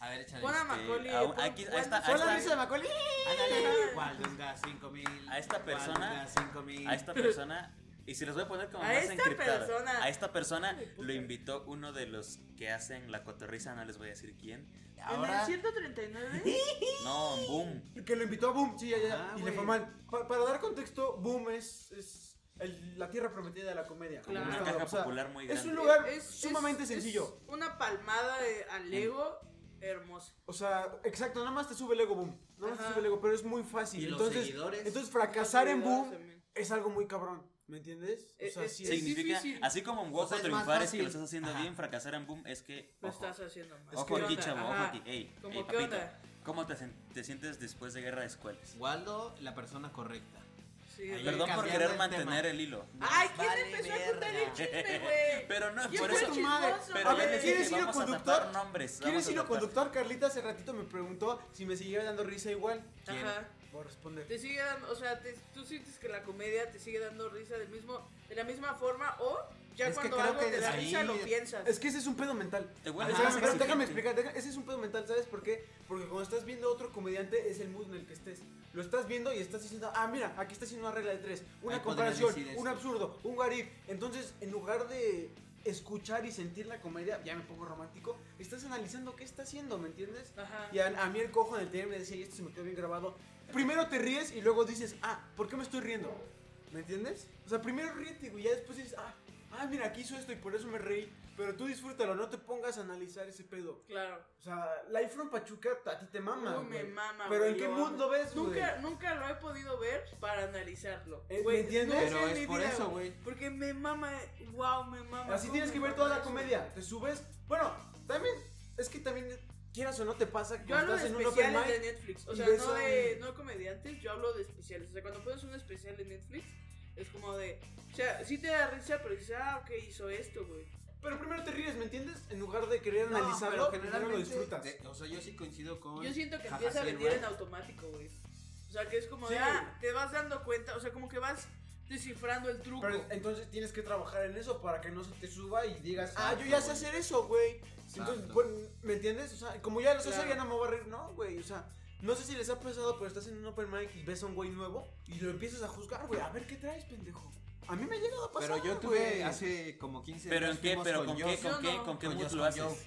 [SPEAKER 5] A ver, échale.
[SPEAKER 4] Pon a
[SPEAKER 5] Ándale,
[SPEAKER 4] Macaulay.
[SPEAKER 3] a-
[SPEAKER 4] pon-
[SPEAKER 3] Este, ah, aquí- ahí
[SPEAKER 4] pon-
[SPEAKER 3] está, ahí
[SPEAKER 2] Fue la
[SPEAKER 3] está.
[SPEAKER 2] risa de Macaulay.
[SPEAKER 5] Waldunga, 5000.
[SPEAKER 3] A esta persona-
[SPEAKER 5] Waldunga, 5000.
[SPEAKER 3] A esta persona. Y se los voy a poner como
[SPEAKER 4] A
[SPEAKER 3] más
[SPEAKER 4] esta
[SPEAKER 3] encriptada.
[SPEAKER 4] persona.
[SPEAKER 3] A esta persona lo invitó uno de los que hacen la cotorriza, no les voy a decir quién.
[SPEAKER 4] En
[SPEAKER 5] Ahora,
[SPEAKER 4] el 139.
[SPEAKER 3] No, boom.
[SPEAKER 2] Que lo invitó a Boom, sí, ya, ya.
[SPEAKER 5] Ah,
[SPEAKER 2] y le
[SPEAKER 5] güey.
[SPEAKER 2] fue mal. Pa- para dar contexto, Boom es, es el- la tierra prometida de la comedia.
[SPEAKER 4] Como una
[SPEAKER 2] Claro.
[SPEAKER 3] caja popular muy
[SPEAKER 2] Es un
[SPEAKER 3] grande.
[SPEAKER 2] lugar sumamente sencillo.
[SPEAKER 4] es una palmada de- al ego hermosa.
[SPEAKER 2] O sea, exacto, nada más te sube el ego, Boom. Nada más
[SPEAKER 4] Ajá.
[SPEAKER 2] te sube el ego, pero es muy fácil.
[SPEAKER 5] ¿Y los
[SPEAKER 2] entonces,
[SPEAKER 5] seguidores?
[SPEAKER 2] entonces fracasar en Boom
[SPEAKER 4] También.
[SPEAKER 2] es algo muy cabrón. ¿Me entiendes? O
[SPEAKER 4] Es-
[SPEAKER 2] sea,
[SPEAKER 4] es-
[SPEAKER 2] sí
[SPEAKER 4] es-
[SPEAKER 2] es.
[SPEAKER 3] Significa,
[SPEAKER 4] difícil.
[SPEAKER 3] así como en Wojo
[SPEAKER 5] O sea, es más
[SPEAKER 3] triunfar es que lo
[SPEAKER 5] fácil.
[SPEAKER 3] estás haciendo
[SPEAKER 5] Ajá.
[SPEAKER 3] bien, fracasar en boom es que.
[SPEAKER 4] Lo
[SPEAKER 3] ojo.
[SPEAKER 4] estás haciendo mal.
[SPEAKER 3] Ojo
[SPEAKER 4] ¿Qué
[SPEAKER 3] aquí,
[SPEAKER 4] onda?
[SPEAKER 3] chavo, ojo
[SPEAKER 4] Ajá.
[SPEAKER 3] aquí. Ey,
[SPEAKER 4] ¿Cómo
[SPEAKER 3] ey,
[SPEAKER 4] qué
[SPEAKER 3] papito,
[SPEAKER 4] onda?
[SPEAKER 3] ¿Cómo te, sen- te sientes después de guerra de escuelas?
[SPEAKER 5] Waldo, la persona correcta.
[SPEAKER 4] Sí,
[SPEAKER 5] Ay,
[SPEAKER 4] güey.
[SPEAKER 3] Perdón por
[SPEAKER 5] cambiando
[SPEAKER 3] querer
[SPEAKER 5] el
[SPEAKER 3] mantener
[SPEAKER 5] tema.
[SPEAKER 3] el hilo.
[SPEAKER 4] Ay, ¿quién
[SPEAKER 5] Vale
[SPEAKER 4] empezó a contar el
[SPEAKER 5] verga.
[SPEAKER 4] chisme, güey?
[SPEAKER 3] Pero no,
[SPEAKER 4] Yo
[SPEAKER 3] por
[SPEAKER 4] fui
[SPEAKER 3] eso.
[SPEAKER 2] tu madre.
[SPEAKER 4] chismoso,
[SPEAKER 3] Pero
[SPEAKER 2] A
[SPEAKER 4] güey.
[SPEAKER 2] ver,
[SPEAKER 3] ven,
[SPEAKER 2] ¿quieres
[SPEAKER 3] dije,
[SPEAKER 2] ir a
[SPEAKER 3] vamos a
[SPEAKER 2] conductor?
[SPEAKER 3] tapar nombres.
[SPEAKER 2] ¿Quieres
[SPEAKER 3] vamos a
[SPEAKER 2] hilo
[SPEAKER 3] tapar.
[SPEAKER 2] conductor? Carlita hace ratito me preguntó si me seguía dando risa igual.
[SPEAKER 5] ¿Quién?
[SPEAKER 4] Ajá.
[SPEAKER 2] Voy a responder.
[SPEAKER 4] Te sigue dando, o sea, te- tú sientes que la comedia te sigue dando risa del mismo, de la misma forma o ya
[SPEAKER 5] Es que
[SPEAKER 4] cuando
[SPEAKER 5] creo
[SPEAKER 4] algo
[SPEAKER 5] que
[SPEAKER 4] te da
[SPEAKER 5] ahí-
[SPEAKER 4] risa lo piensas.
[SPEAKER 2] Es que ese es un pedo mental.
[SPEAKER 3] Te vuelves
[SPEAKER 2] Ajá,
[SPEAKER 3] más
[SPEAKER 2] pero déjame
[SPEAKER 3] exigente.
[SPEAKER 2] explicar, deja- ese es un pedo mental, ¿sabes por qué? Porque cuando estás viendo a otro comediante es el mood en el que estés. Lo estás viendo y estás diciendo, ah, mira, aquí está haciendo una regla de tres, una
[SPEAKER 5] Ahí podría
[SPEAKER 2] comparación,
[SPEAKER 5] decir esto.
[SPEAKER 2] un absurdo, un garif. Entonces, en lugar de escuchar y sentir la comedia, ya me pongo romántico, estás analizando qué está haciendo, ¿me entiendes?
[SPEAKER 4] Ajá.
[SPEAKER 2] Y a, a mí el cojo en el taller me decía, y esto se me quedó bien grabado, primero te ríes y luego dices, ah, ¿por qué me estoy riendo? ¿Me entiendes? O sea, primero ríete, güey, ya después dices, ah, ah, mira, aquí hizo esto y por eso me reí. Pero tú disfrútalo, no te pongas a analizar ese pedo.
[SPEAKER 4] Claro.
[SPEAKER 2] O sea, Life from Pachuca a ti te mama,
[SPEAKER 4] Uy, me
[SPEAKER 2] güey.
[SPEAKER 4] mama,
[SPEAKER 2] Pero
[SPEAKER 4] güey,
[SPEAKER 2] ¿en qué
[SPEAKER 4] lo
[SPEAKER 2] mundo
[SPEAKER 4] amo.
[SPEAKER 2] ves, güey?
[SPEAKER 4] Nunca, nunca lo he podido ver para analizarlo.
[SPEAKER 2] Eh, ¿me
[SPEAKER 4] Güey,
[SPEAKER 2] entiendes?
[SPEAKER 4] no sé
[SPEAKER 5] Pero
[SPEAKER 4] en mi
[SPEAKER 5] es por
[SPEAKER 4] vida,
[SPEAKER 5] eso,
[SPEAKER 4] güey.
[SPEAKER 5] güey.
[SPEAKER 4] Porque me mama, wow, me mama.
[SPEAKER 2] Así
[SPEAKER 4] cómo
[SPEAKER 2] tienes
[SPEAKER 4] me
[SPEAKER 2] que ver
[SPEAKER 4] mama
[SPEAKER 2] toda la
[SPEAKER 4] eso.
[SPEAKER 2] comedia. Te subes. Bueno, también, es que también, quieras o no te pasa que
[SPEAKER 4] Yo hablo de especiales de Netflix, o
[SPEAKER 2] y
[SPEAKER 4] sea,
[SPEAKER 2] ves
[SPEAKER 4] no
[SPEAKER 2] a
[SPEAKER 4] de
[SPEAKER 2] un-
[SPEAKER 4] no comediantes, yo hablo de especiales. O sea, cuando pones un especial en Netflix, es como de, o sea, sí te da risa, pero dices, ah, ok, hizo esto, güey.
[SPEAKER 2] Pero primero te ríes, ¿me entiendes? En lugar de querer
[SPEAKER 5] No,
[SPEAKER 2] analizarlo,
[SPEAKER 5] pero
[SPEAKER 2] generalmente lo disfrutas.
[SPEAKER 5] de- o sea, yo sí coincido con.
[SPEAKER 4] Yo siento que
[SPEAKER 5] Jaja
[SPEAKER 4] empieza a
[SPEAKER 5] Silva.
[SPEAKER 4] venir en automático, güey. O sea, que es como,
[SPEAKER 2] Sí.
[SPEAKER 4] de, ah, te vas dando cuenta, o sea, como que vas descifrando el truco.
[SPEAKER 2] Pero entonces tienes que trabajar en eso para que no se te suba y digas, ah,
[SPEAKER 5] Exacto,
[SPEAKER 2] yo ya sé
[SPEAKER 5] güey.
[SPEAKER 2] hacer eso, güey.
[SPEAKER 5] Exacto.
[SPEAKER 2] Entonces, pues, ¿me entiendes? O sea, como ya lo sé hacer,
[SPEAKER 4] Claro.
[SPEAKER 2] ya no me voy a reír, no, güey. O sea, no sé si les ha pasado, pero estás en un open mic y ves a un güey nuevo y lo empiezas a juzgar, güey. A ver qué traes, pendejo. A mí me ha llegado a pasar.
[SPEAKER 5] Pero yo tuve
[SPEAKER 2] güey.
[SPEAKER 5] hace como 15
[SPEAKER 3] Pero en
[SPEAKER 5] años
[SPEAKER 3] qué,
[SPEAKER 5] fuimos
[SPEAKER 3] pero con
[SPEAKER 5] con
[SPEAKER 3] qué,
[SPEAKER 5] Joss.
[SPEAKER 4] Yo
[SPEAKER 3] con qué,
[SPEAKER 4] no.
[SPEAKER 3] con qué
[SPEAKER 5] Con
[SPEAKER 3] mood
[SPEAKER 5] Joss,
[SPEAKER 3] lo
[SPEAKER 5] con
[SPEAKER 3] haces.
[SPEAKER 5] Joss.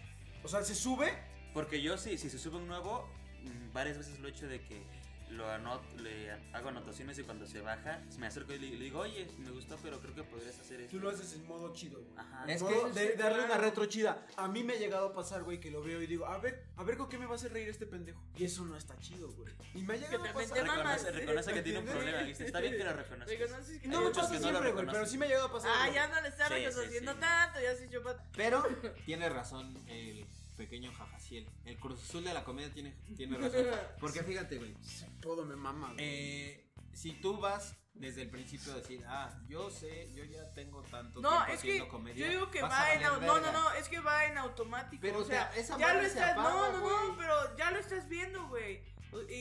[SPEAKER 2] O sea, se sube.
[SPEAKER 3] Porque yo sí, si se sube un nuevo, mm, varias veces lo he hecho de que lo anoto, le hago anotaciones y cuando se baja, me acerco y le, le digo, oye, me gustó, pero creo que podrías hacer esto.
[SPEAKER 2] Tú lo haces en modo chido, güey.
[SPEAKER 3] Ajá.
[SPEAKER 5] Es
[SPEAKER 2] Es
[SPEAKER 5] que-
[SPEAKER 2] que de, darle una retro chida. A mí me ha llegado a pasar, güey, que lo veo y digo, a ver, a ver con qué me va a hacer reír este pendejo. Y eso no está chido, güey. Y me ha llegado a
[SPEAKER 4] también
[SPEAKER 2] pasar.
[SPEAKER 4] te mamas.
[SPEAKER 3] Reconoce, reconoce que tiene un
[SPEAKER 2] ¿Entiendes?
[SPEAKER 3] problema, ¿viste? Está bien que lo reconozcas.
[SPEAKER 4] Reconoces que
[SPEAKER 2] No
[SPEAKER 3] Hay
[SPEAKER 2] me
[SPEAKER 4] Ay,
[SPEAKER 3] muchos
[SPEAKER 2] pasa
[SPEAKER 3] que no lo
[SPEAKER 2] siempre, güey, pero
[SPEAKER 3] reconocen.
[SPEAKER 2] sí me ha llegado a pasar.
[SPEAKER 4] Ah,
[SPEAKER 2] güey.
[SPEAKER 4] ya no le está
[SPEAKER 3] Sí, sí,
[SPEAKER 4] reconociendo
[SPEAKER 3] sí.
[SPEAKER 4] tanto, ya se echó pa-
[SPEAKER 5] Pero tiene razón el pequeño Jajaciel. El Cruz Azul de la comedia tiene, tiene razón. Porque fíjate, güey.
[SPEAKER 2] Todo me mama, güey.
[SPEAKER 5] eh, si tú vas desde el principio a decir, ah, yo sé, yo ya tengo tanto
[SPEAKER 4] No,
[SPEAKER 5] tiempo
[SPEAKER 4] es que
[SPEAKER 5] haciendo comedia.
[SPEAKER 4] yo digo que
[SPEAKER 5] vas a
[SPEAKER 4] va en au-
[SPEAKER 5] valer
[SPEAKER 4] no, no,
[SPEAKER 5] verga".
[SPEAKER 4] no, es que va en automático,
[SPEAKER 5] Pero
[SPEAKER 4] o sea,
[SPEAKER 5] te- esa
[SPEAKER 4] ya lo
[SPEAKER 5] madre se
[SPEAKER 4] estás, no,
[SPEAKER 5] apaga,
[SPEAKER 4] no, no,
[SPEAKER 5] güey.
[SPEAKER 4] pero ya lo estás viendo, güey. Y,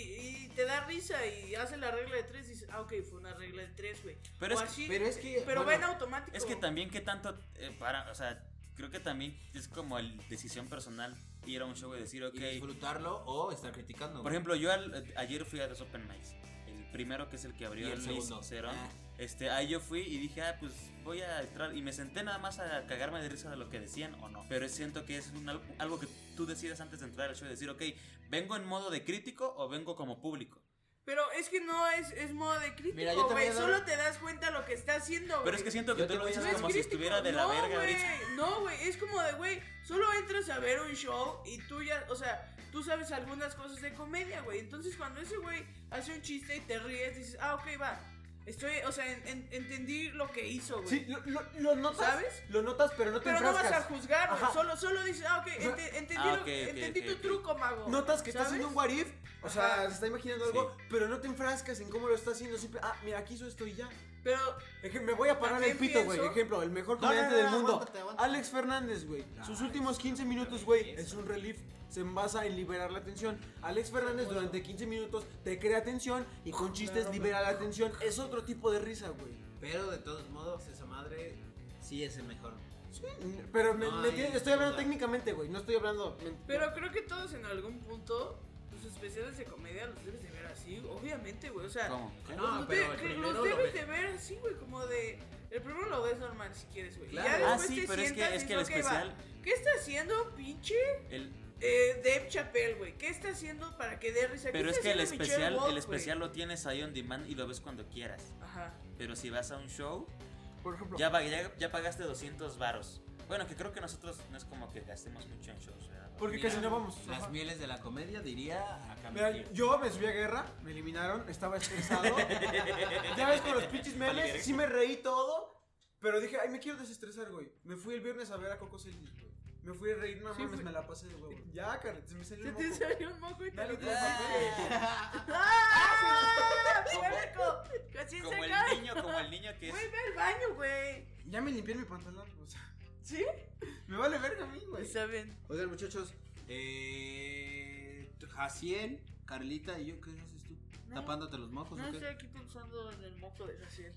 [SPEAKER 4] y te da risa y hace la regla de tres y dices, ah, ok, fue una regla de tres, güey.
[SPEAKER 3] Pero
[SPEAKER 4] O
[SPEAKER 3] es que-
[SPEAKER 4] así,
[SPEAKER 5] Pero es que.
[SPEAKER 4] pero va
[SPEAKER 5] bueno,
[SPEAKER 4] en automático.
[SPEAKER 3] Es que también qué tanto eh, para, o sea, creo que también es como el decisión personal ir a un show y decir, ok,
[SPEAKER 5] y disfrutarlo o estar criticando.
[SPEAKER 3] por ejemplo, yo al- ayer fui a dos open mics, el primero que es el que abrió
[SPEAKER 5] Y el
[SPEAKER 3] el,
[SPEAKER 5] segundo.
[SPEAKER 3] Cerón,
[SPEAKER 5] Ah.
[SPEAKER 3] este, ahí yo fui y dije, ah, pues voy a entrar y me senté nada más a cagarme de risa de lo que decían o no, pero siento que es un al- algo que tú decides antes de entrar al show, decir, ok, vengo en modo de crítico o vengo como público.
[SPEAKER 4] Pero es que no es, es modo de
[SPEAKER 5] Mira, yo
[SPEAKER 4] crítico,
[SPEAKER 5] te voy
[SPEAKER 4] güey,
[SPEAKER 5] a dar-
[SPEAKER 4] solo te das cuenta lo que está haciendo, güey.
[SPEAKER 3] Pero es que siento que
[SPEAKER 5] Yo
[SPEAKER 3] tú
[SPEAKER 5] te
[SPEAKER 3] lo
[SPEAKER 5] voy a
[SPEAKER 3] dices
[SPEAKER 5] dar-
[SPEAKER 3] como
[SPEAKER 5] Es
[SPEAKER 3] si
[SPEAKER 4] crítico.
[SPEAKER 3] estuviera de la
[SPEAKER 4] No,
[SPEAKER 3] verga
[SPEAKER 4] güey,
[SPEAKER 3] ahorita.
[SPEAKER 4] No, güey, es como de, güey, solo entras a ver un show y tú ya, o sea, tú sabes algunas cosas de comedia, güey. Entonces cuando ese güey hace un chiste y te ríes, dices, ah, ok, va. Estoy, o sea, en- en- entendí lo que hizo, güey.
[SPEAKER 2] Sí, lo, lo- lo notas.
[SPEAKER 4] ¿Sabes?
[SPEAKER 2] Lo notas, pero no te
[SPEAKER 4] Pero no vas a
[SPEAKER 2] enfrascas.
[SPEAKER 4] juzgar, güey.
[SPEAKER 2] Ajá.
[SPEAKER 4] Solo, solo dices, ah, ok, ente- entendí,
[SPEAKER 3] Ah, ok,
[SPEAKER 4] lo-
[SPEAKER 3] ok,
[SPEAKER 4] entendí
[SPEAKER 3] ok,
[SPEAKER 4] tu
[SPEAKER 3] ok.
[SPEAKER 4] truco, mago.
[SPEAKER 2] Notas que está
[SPEAKER 4] ¿Sabes?
[SPEAKER 2] haciendo un what if, o sea,
[SPEAKER 4] Ajá.
[SPEAKER 2] se está imaginando
[SPEAKER 3] Sí.
[SPEAKER 2] algo, pero no te enfrascas en cómo lo está haciendo, simple, ah, mira, aquí hizo esto y ya.
[SPEAKER 4] Pero,
[SPEAKER 2] Ej- Me voy a parar
[SPEAKER 4] ¿A
[SPEAKER 2] el
[SPEAKER 4] quién
[SPEAKER 2] pito, güey.
[SPEAKER 4] pienso?
[SPEAKER 2] Ejemplo, el mejor
[SPEAKER 5] No, no,
[SPEAKER 2] comediante
[SPEAKER 5] no,
[SPEAKER 2] del mundo.
[SPEAKER 5] aguántate, aguántate.
[SPEAKER 2] Alex Fernández, güey. Sus últimos 15 minutos, güey, es un relief. Se basa en liberar la tensión. Alex Fernández durante 15 minutos te crea tensión y con chistes libera la tensión. Es otro tipo de risa, güey.
[SPEAKER 5] Pero de todos modos, esa madre sí es el mejor.
[SPEAKER 2] Pero me,
[SPEAKER 5] No
[SPEAKER 2] me
[SPEAKER 5] hay
[SPEAKER 2] entiendes, estoy hablando
[SPEAKER 5] duda.
[SPEAKER 2] técnicamente, güey. No estoy hablando. me-
[SPEAKER 4] pero creo que todos en algún punto, tus especiales de comedia los debes de ver así, obviamente, güey. O sea,
[SPEAKER 3] ¿Cómo?
[SPEAKER 5] No,
[SPEAKER 4] Los
[SPEAKER 5] Ah, pero
[SPEAKER 4] de-
[SPEAKER 5] el
[SPEAKER 4] que
[SPEAKER 5] primero
[SPEAKER 4] los
[SPEAKER 5] lo
[SPEAKER 4] debes
[SPEAKER 5] ve.
[SPEAKER 4] de ver así, güey, como de. El primero lo ves normal si quieres, güey. Y
[SPEAKER 5] Claro.
[SPEAKER 4] Ya
[SPEAKER 3] Ah,
[SPEAKER 4] después
[SPEAKER 3] sí,
[SPEAKER 4] te
[SPEAKER 3] pero es que,
[SPEAKER 4] sientas
[SPEAKER 3] es
[SPEAKER 4] y
[SPEAKER 3] que el
[SPEAKER 4] dices, "Ok, va,
[SPEAKER 3] especial,
[SPEAKER 4] ¿Qué está haciendo, pinche
[SPEAKER 3] el,
[SPEAKER 4] eh, Dave Chappelle, güey? ¿Qué está haciendo para que dé risa? ¿Qué
[SPEAKER 3] Pero es
[SPEAKER 4] está
[SPEAKER 3] que el
[SPEAKER 4] haciendo Michelle
[SPEAKER 3] especial,
[SPEAKER 4] Wolf,
[SPEAKER 3] el
[SPEAKER 4] güey?
[SPEAKER 3] especial lo tienes ahí on demand y lo ves cuando quieras.
[SPEAKER 4] Ajá.
[SPEAKER 3] Pero si vas a un show,
[SPEAKER 2] Por ejemplo,
[SPEAKER 3] ya, va- ya, ya pagaste 200 varos. Bueno, que creo que nosotros no es como que gastemos mucho en shows, ¿verdad?
[SPEAKER 2] porque
[SPEAKER 5] Mira,
[SPEAKER 2] casi no vamos.
[SPEAKER 5] Las
[SPEAKER 2] Ajá.
[SPEAKER 5] mieles de la comedia diría a
[SPEAKER 2] Mira,
[SPEAKER 5] Camilo.
[SPEAKER 2] yo me subí a guerra, me eliminaron, estaba estresado. ya ves con los pinches memes, sí me reí todo. Pero dije, ay, me quiero desestresar, güey. Me fui el viernes a ver a Coco Celis, güey. Me fui a reír, no
[SPEAKER 4] Sí,
[SPEAKER 2] mames,
[SPEAKER 4] fui-
[SPEAKER 2] me la pasé de huevo. Ya, Carlet, se me salió
[SPEAKER 4] Se
[SPEAKER 2] el
[SPEAKER 4] te
[SPEAKER 2] moco.
[SPEAKER 4] salió un moco y te
[SPEAKER 2] Dale
[SPEAKER 4] lo
[SPEAKER 2] otro papel.
[SPEAKER 4] ¡Ah! ¡Puerco! Casi se
[SPEAKER 3] Como el
[SPEAKER 4] cae.
[SPEAKER 3] niño, como el niño que es.
[SPEAKER 4] Güey, ve al baño, güey.
[SPEAKER 2] Ya me limpié mi pantalón, o sea,
[SPEAKER 4] ¿Sí?
[SPEAKER 2] me vale verga a mí, güey.
[SPEAKER 4] Está bien.
[SPEAKER 5] Oigan, muchachos, eh. Jaciel, Carlita y yo, ¿qué haces tú?
[SPEAKER 4] No.
[SPEAKER 5] ¿Tapándote los mocos o
[SPEAKER 4] No
[SPEAKER 5] qué?
[SPEAKER 4] estoy aquí pensando en el moco de Jaciel.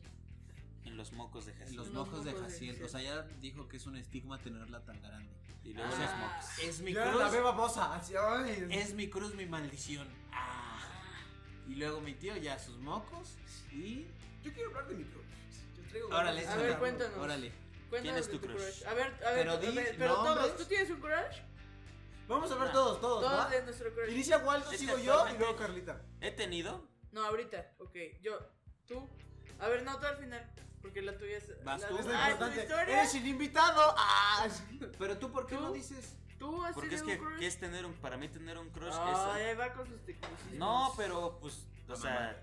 [SPEAKER 3] En los mocos de Jesús.
[SPEAKER 5] Los
[SPEAKER 4] Los
[SPEAKER 5] mocos de
[SPEAKER 4] mocos de
[SPEAKER 5] Jaciel.
[SPEAKER 4] Jaciel.
[SPEAKER 5] O sea, ya dijo que es un estigma tenerla tan grande.
[SPEAKER 3] Y luego
[SPEAKER 5] Ah.
[SPEAKER 3] los mocos.
[SPEAKER 5] Es mi
[SPEAKER 2] Ya
[SPEAKER 5] cruz.
[SPEAKER 2] la ve babosa, así, ay.
[SPEAKER 5] Es mi cruz, mi maldición. Ah. Y luego mi tío ya sus mocos y.
[SPEAKER 2] Yo quiero hablar de mi cruz. Yo traigo
[SPEAKER 5] Órale,
[SPEAKER 2] ganas.
[SPEAKER 4] A
[SPEAKER 5] échale.
[SPEAKER 4] ver, cuéntanos.
[SPEAKER 5] Órale.
[SPEAKER 4] Cuéntanos
[SPEAKER 3] es
[SPEAKER 4] de
[SPEAKER 3] tu crush?
[SPEAKER 4] A ver, a ver,
[SPEAKER 5] Pero
[SPEAKER 4] a
[SPEAKER 5] di
[SPEAKER 4] ver, pero todos,
[SPEAKER 5] nombres.
[SPEAKER 4] ¿tú tienes un crush?
[SPEAKER 2] Vamos a ver
[SPEAKER 3] Ah.
[SPEAKER 2] todos, todos,
[SPEAKER 4] Todos
[SPEAKER 2] ¿va?
[SPEAKER 4] de nuestro crush.
[SPEAKER 2] Inicia Waldo,
[SPEAKER 3] Es que
[SPEAKER 2] sigo yo y
[SPEAKER 3] actualmente-
[SPEAKER 2] luego Carlita.
[SPEAKER 3] He tenido.
[SPEAKER 4] No, ahorita, ok, yo, tú. A ver, no, tú al final, porque la tuya es...
[SPEAKER 5] Vas
[SPEAKER 4] la-
[SPEAKER 5] tú.
[SPEAKER 2] Es
[SPEAKER 5] Es
[SPEAKER 2] lo
[SPEAKER 4] ah, tu
[SPEAKER 2] importante.
[SPEAKER 4] historia,
[SPEAKER 2] Eres el invitado. Ah,
[SPEAKER 5] Pero tú, ¿por qué
[SPEAKER 4] ¿Tú?
[SPEAKER 5] no dices?
[SPEAKER 4] tú has
[SPEAKER 3] Porque es
[SPEAKER 4] tenido
[SPEAKER 3] que,
[SPEAKER 4] un crush.
[SPEAKER 3] ¿qué es tener un. Para mí, tener un crush
[SPEAKER 4] Ay,
[SPEAKER 3] es.
[SPEAKER 4] ahí va con sus tecnicismos.
[SPEAKER 3] No, pero pues. O
[SPEAKER 5] La
[SPEAKER 3] sea.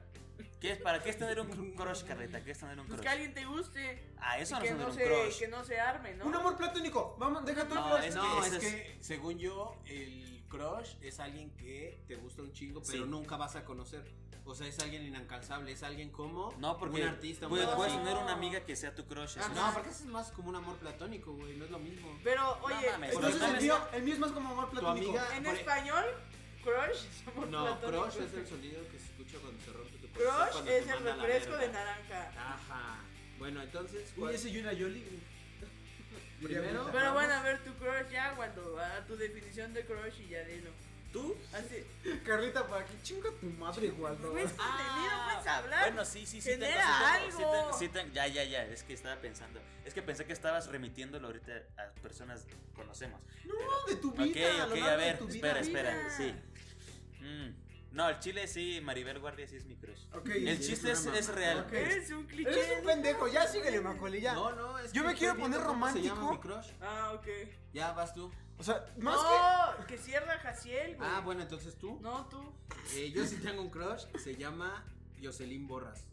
[SPEAKER 3] ¿qué es, ¿Para qué es tener un cru- crush, Carreta? ¿Qué es tener un
[SPEAKER 4] Pues
[SPEAKER 3] crush?
[SPEAKER 4] que alguien te guste.
[SPEAKER 3] Ah, eso
[SPEAKER 4] y
[SPEAKER 3] no es
[SPEAKER 4] que,
[SPEAKER 3] tener
[SPEAKER 4] no
[SPEAKER 3] un
[SPEAKER 4] se,
[SPEAKER 3] crush.
[SPEAKER 4] que no se arme, ¿no?
[SPEAKER 2] Un amor platónico. Vamos, deja todo.
[SPEAKER 3] No,
[SPEAKER 2] el-
[SPEAKER 3] es
[SPEAKER 5] no,
[SPEAKER 3] que
[SPEAKER 5] es,
[SPEAKER 3] ese
[SPEAKER 5] que según yo, el crush es alguien que te gusta un chingo, pero
[SPEAKER 3] Sí.
[SPEAKER 5] nunca vas a conocer. O sea, es alguien inalcanzable, es alguien como
[SPEAKER 3] No, porque pues,
[SPEAKER 5] un artista, un
[SPEAKER 3] puedes,
[SPEAKER 5] algo
[SPEAKER 3] puedes
[SPEAKER 5] así.
[SPEAKER 3] tener una amiga que sea tu crush. eso
[SPEAKER 4] Ajá.
[SPEAKER 3] es-
[SPEAKER 5] No, porque ese es más como un amor platónico, güey, no es lo mismo.
[SPEAKER 4] Pero, oye,
[SPEAKER 3] mames,
[SPEAKER 4] pero
[SPEAKER 2] Entonces el
[SPEAKER 4] en,
[SPEAKER 3] también-
[SPEAKER 2] mío, el mío es más como amor platónico.
[SPEAKER 5] amiga-
[SPEAKER 4] en
[SPEAKER 5] por-
[SPEAKER 4] español, crush es amor
[SPEAKER 5] No,
[SPEAKER 4] platónico.
[SPEAKER 5] crush es el sonido que se escucha cuando se rompe tu corazón,
[SPEAKER 4] Crush
[SPEAKER 5] cuando
[SPEAKER 4] es
[SPEAKER 5] te
[SPEAKER 4] el
[SPEAKER 5] manda a la
[SPEAKER 4] refresco de
[SPEAKER 5] verga.
[SPEAKER 4] naranja.
[SPEAKER 5] Ajá. Bueno, entonces,
[SPEAKER 2] Uy,
[SPEAKER 5] ¿cuál-
[SPEAKER 2] ese y una Yoli.
[SPEAKER 5] primero,
[SPEAKER 4] Pero bueno, a ver tu crush ya, cuando a tu definición de crush y ya dilo.
[SPEAKER 5] tú.
[SPEAKER 4] Así,
[SPEAKER 2] Carlita, ¿para qué chinga tu madre, Waldo?
[SPEAKER 4] ¿ves contenido? ¿Puedes pues, hablar?
[SPEAKER 3] Ah, Bueno, sí, sí, sí. tengo,
[SPEAKER 4] Genera
[SPEAKER 3] sí tengo,
[SPEAKER 4] algo.
[SPEAKER 3] sí tengo, sí tengo. ya, ya, ya. Es que estaba pensando. Es que pensé que estabas remitiéndolo ahorita a personas que conocemos.
[SPEAKER 2] No, de tu
[SPEAKER 3] Pero-
[SPEAKER 2] vida. a
[SPEAKER 3] ok,
[SPEAKER 2] lo
[SPEAKER 3] ok,
[SPEAKER 2] largo
[SPEAKER 3] a
[SPEAKER 2] de
[SPEAKER 3] ver.
[SPEAKER 2] tu vida.
[SPEAKER 3] Espera, espera.
[SPEAKER 4] Vida.
[SPEAKER 3] Sí. Mm. No, el chile sí, Maribel Guardia sí es mi crush.
[SPEAKER 2] Ok,
[SPEAKER 3] El
[SPEAKER 2] sí,
[SPEAKER 3] chiste es,
[SPEAKER 2] una
[SPEAKER 3] es
[SPEAKER 2] mamá.
[SPEAKER 3] real.
[SPEAKER 2] Ok.
[SPEAKER 4] Eres un cliché.
[SPEAKER 2] Eres un pendejo. Ya síguele, Macaulay, ya.
[SPEAKER 5] No, no, es
[SPEAKER 2] Yo me quiero
[SPEAKER 5] estoy
[SPEAKER 2] poner
[SPEAKER 5] viendo cómo Se
[SPEAKER 2] romántico.
[SPEAKER 5] llama mi crush.
[SPEAKER 4] Ah, ok.
[SPEAKER 5] Ya vas tú.
[SPEAKER 2] O sea, más que.
[SPEAKER 4] no, que... cierra Jaciel, güey.
[SPEAKER 5] Ah, bueno, entonces tú.
[SPEAKER 4] No, tú.
[SPEAKER 5] Eh, yo sí tengo un crush, se llama Jocelyn Borras.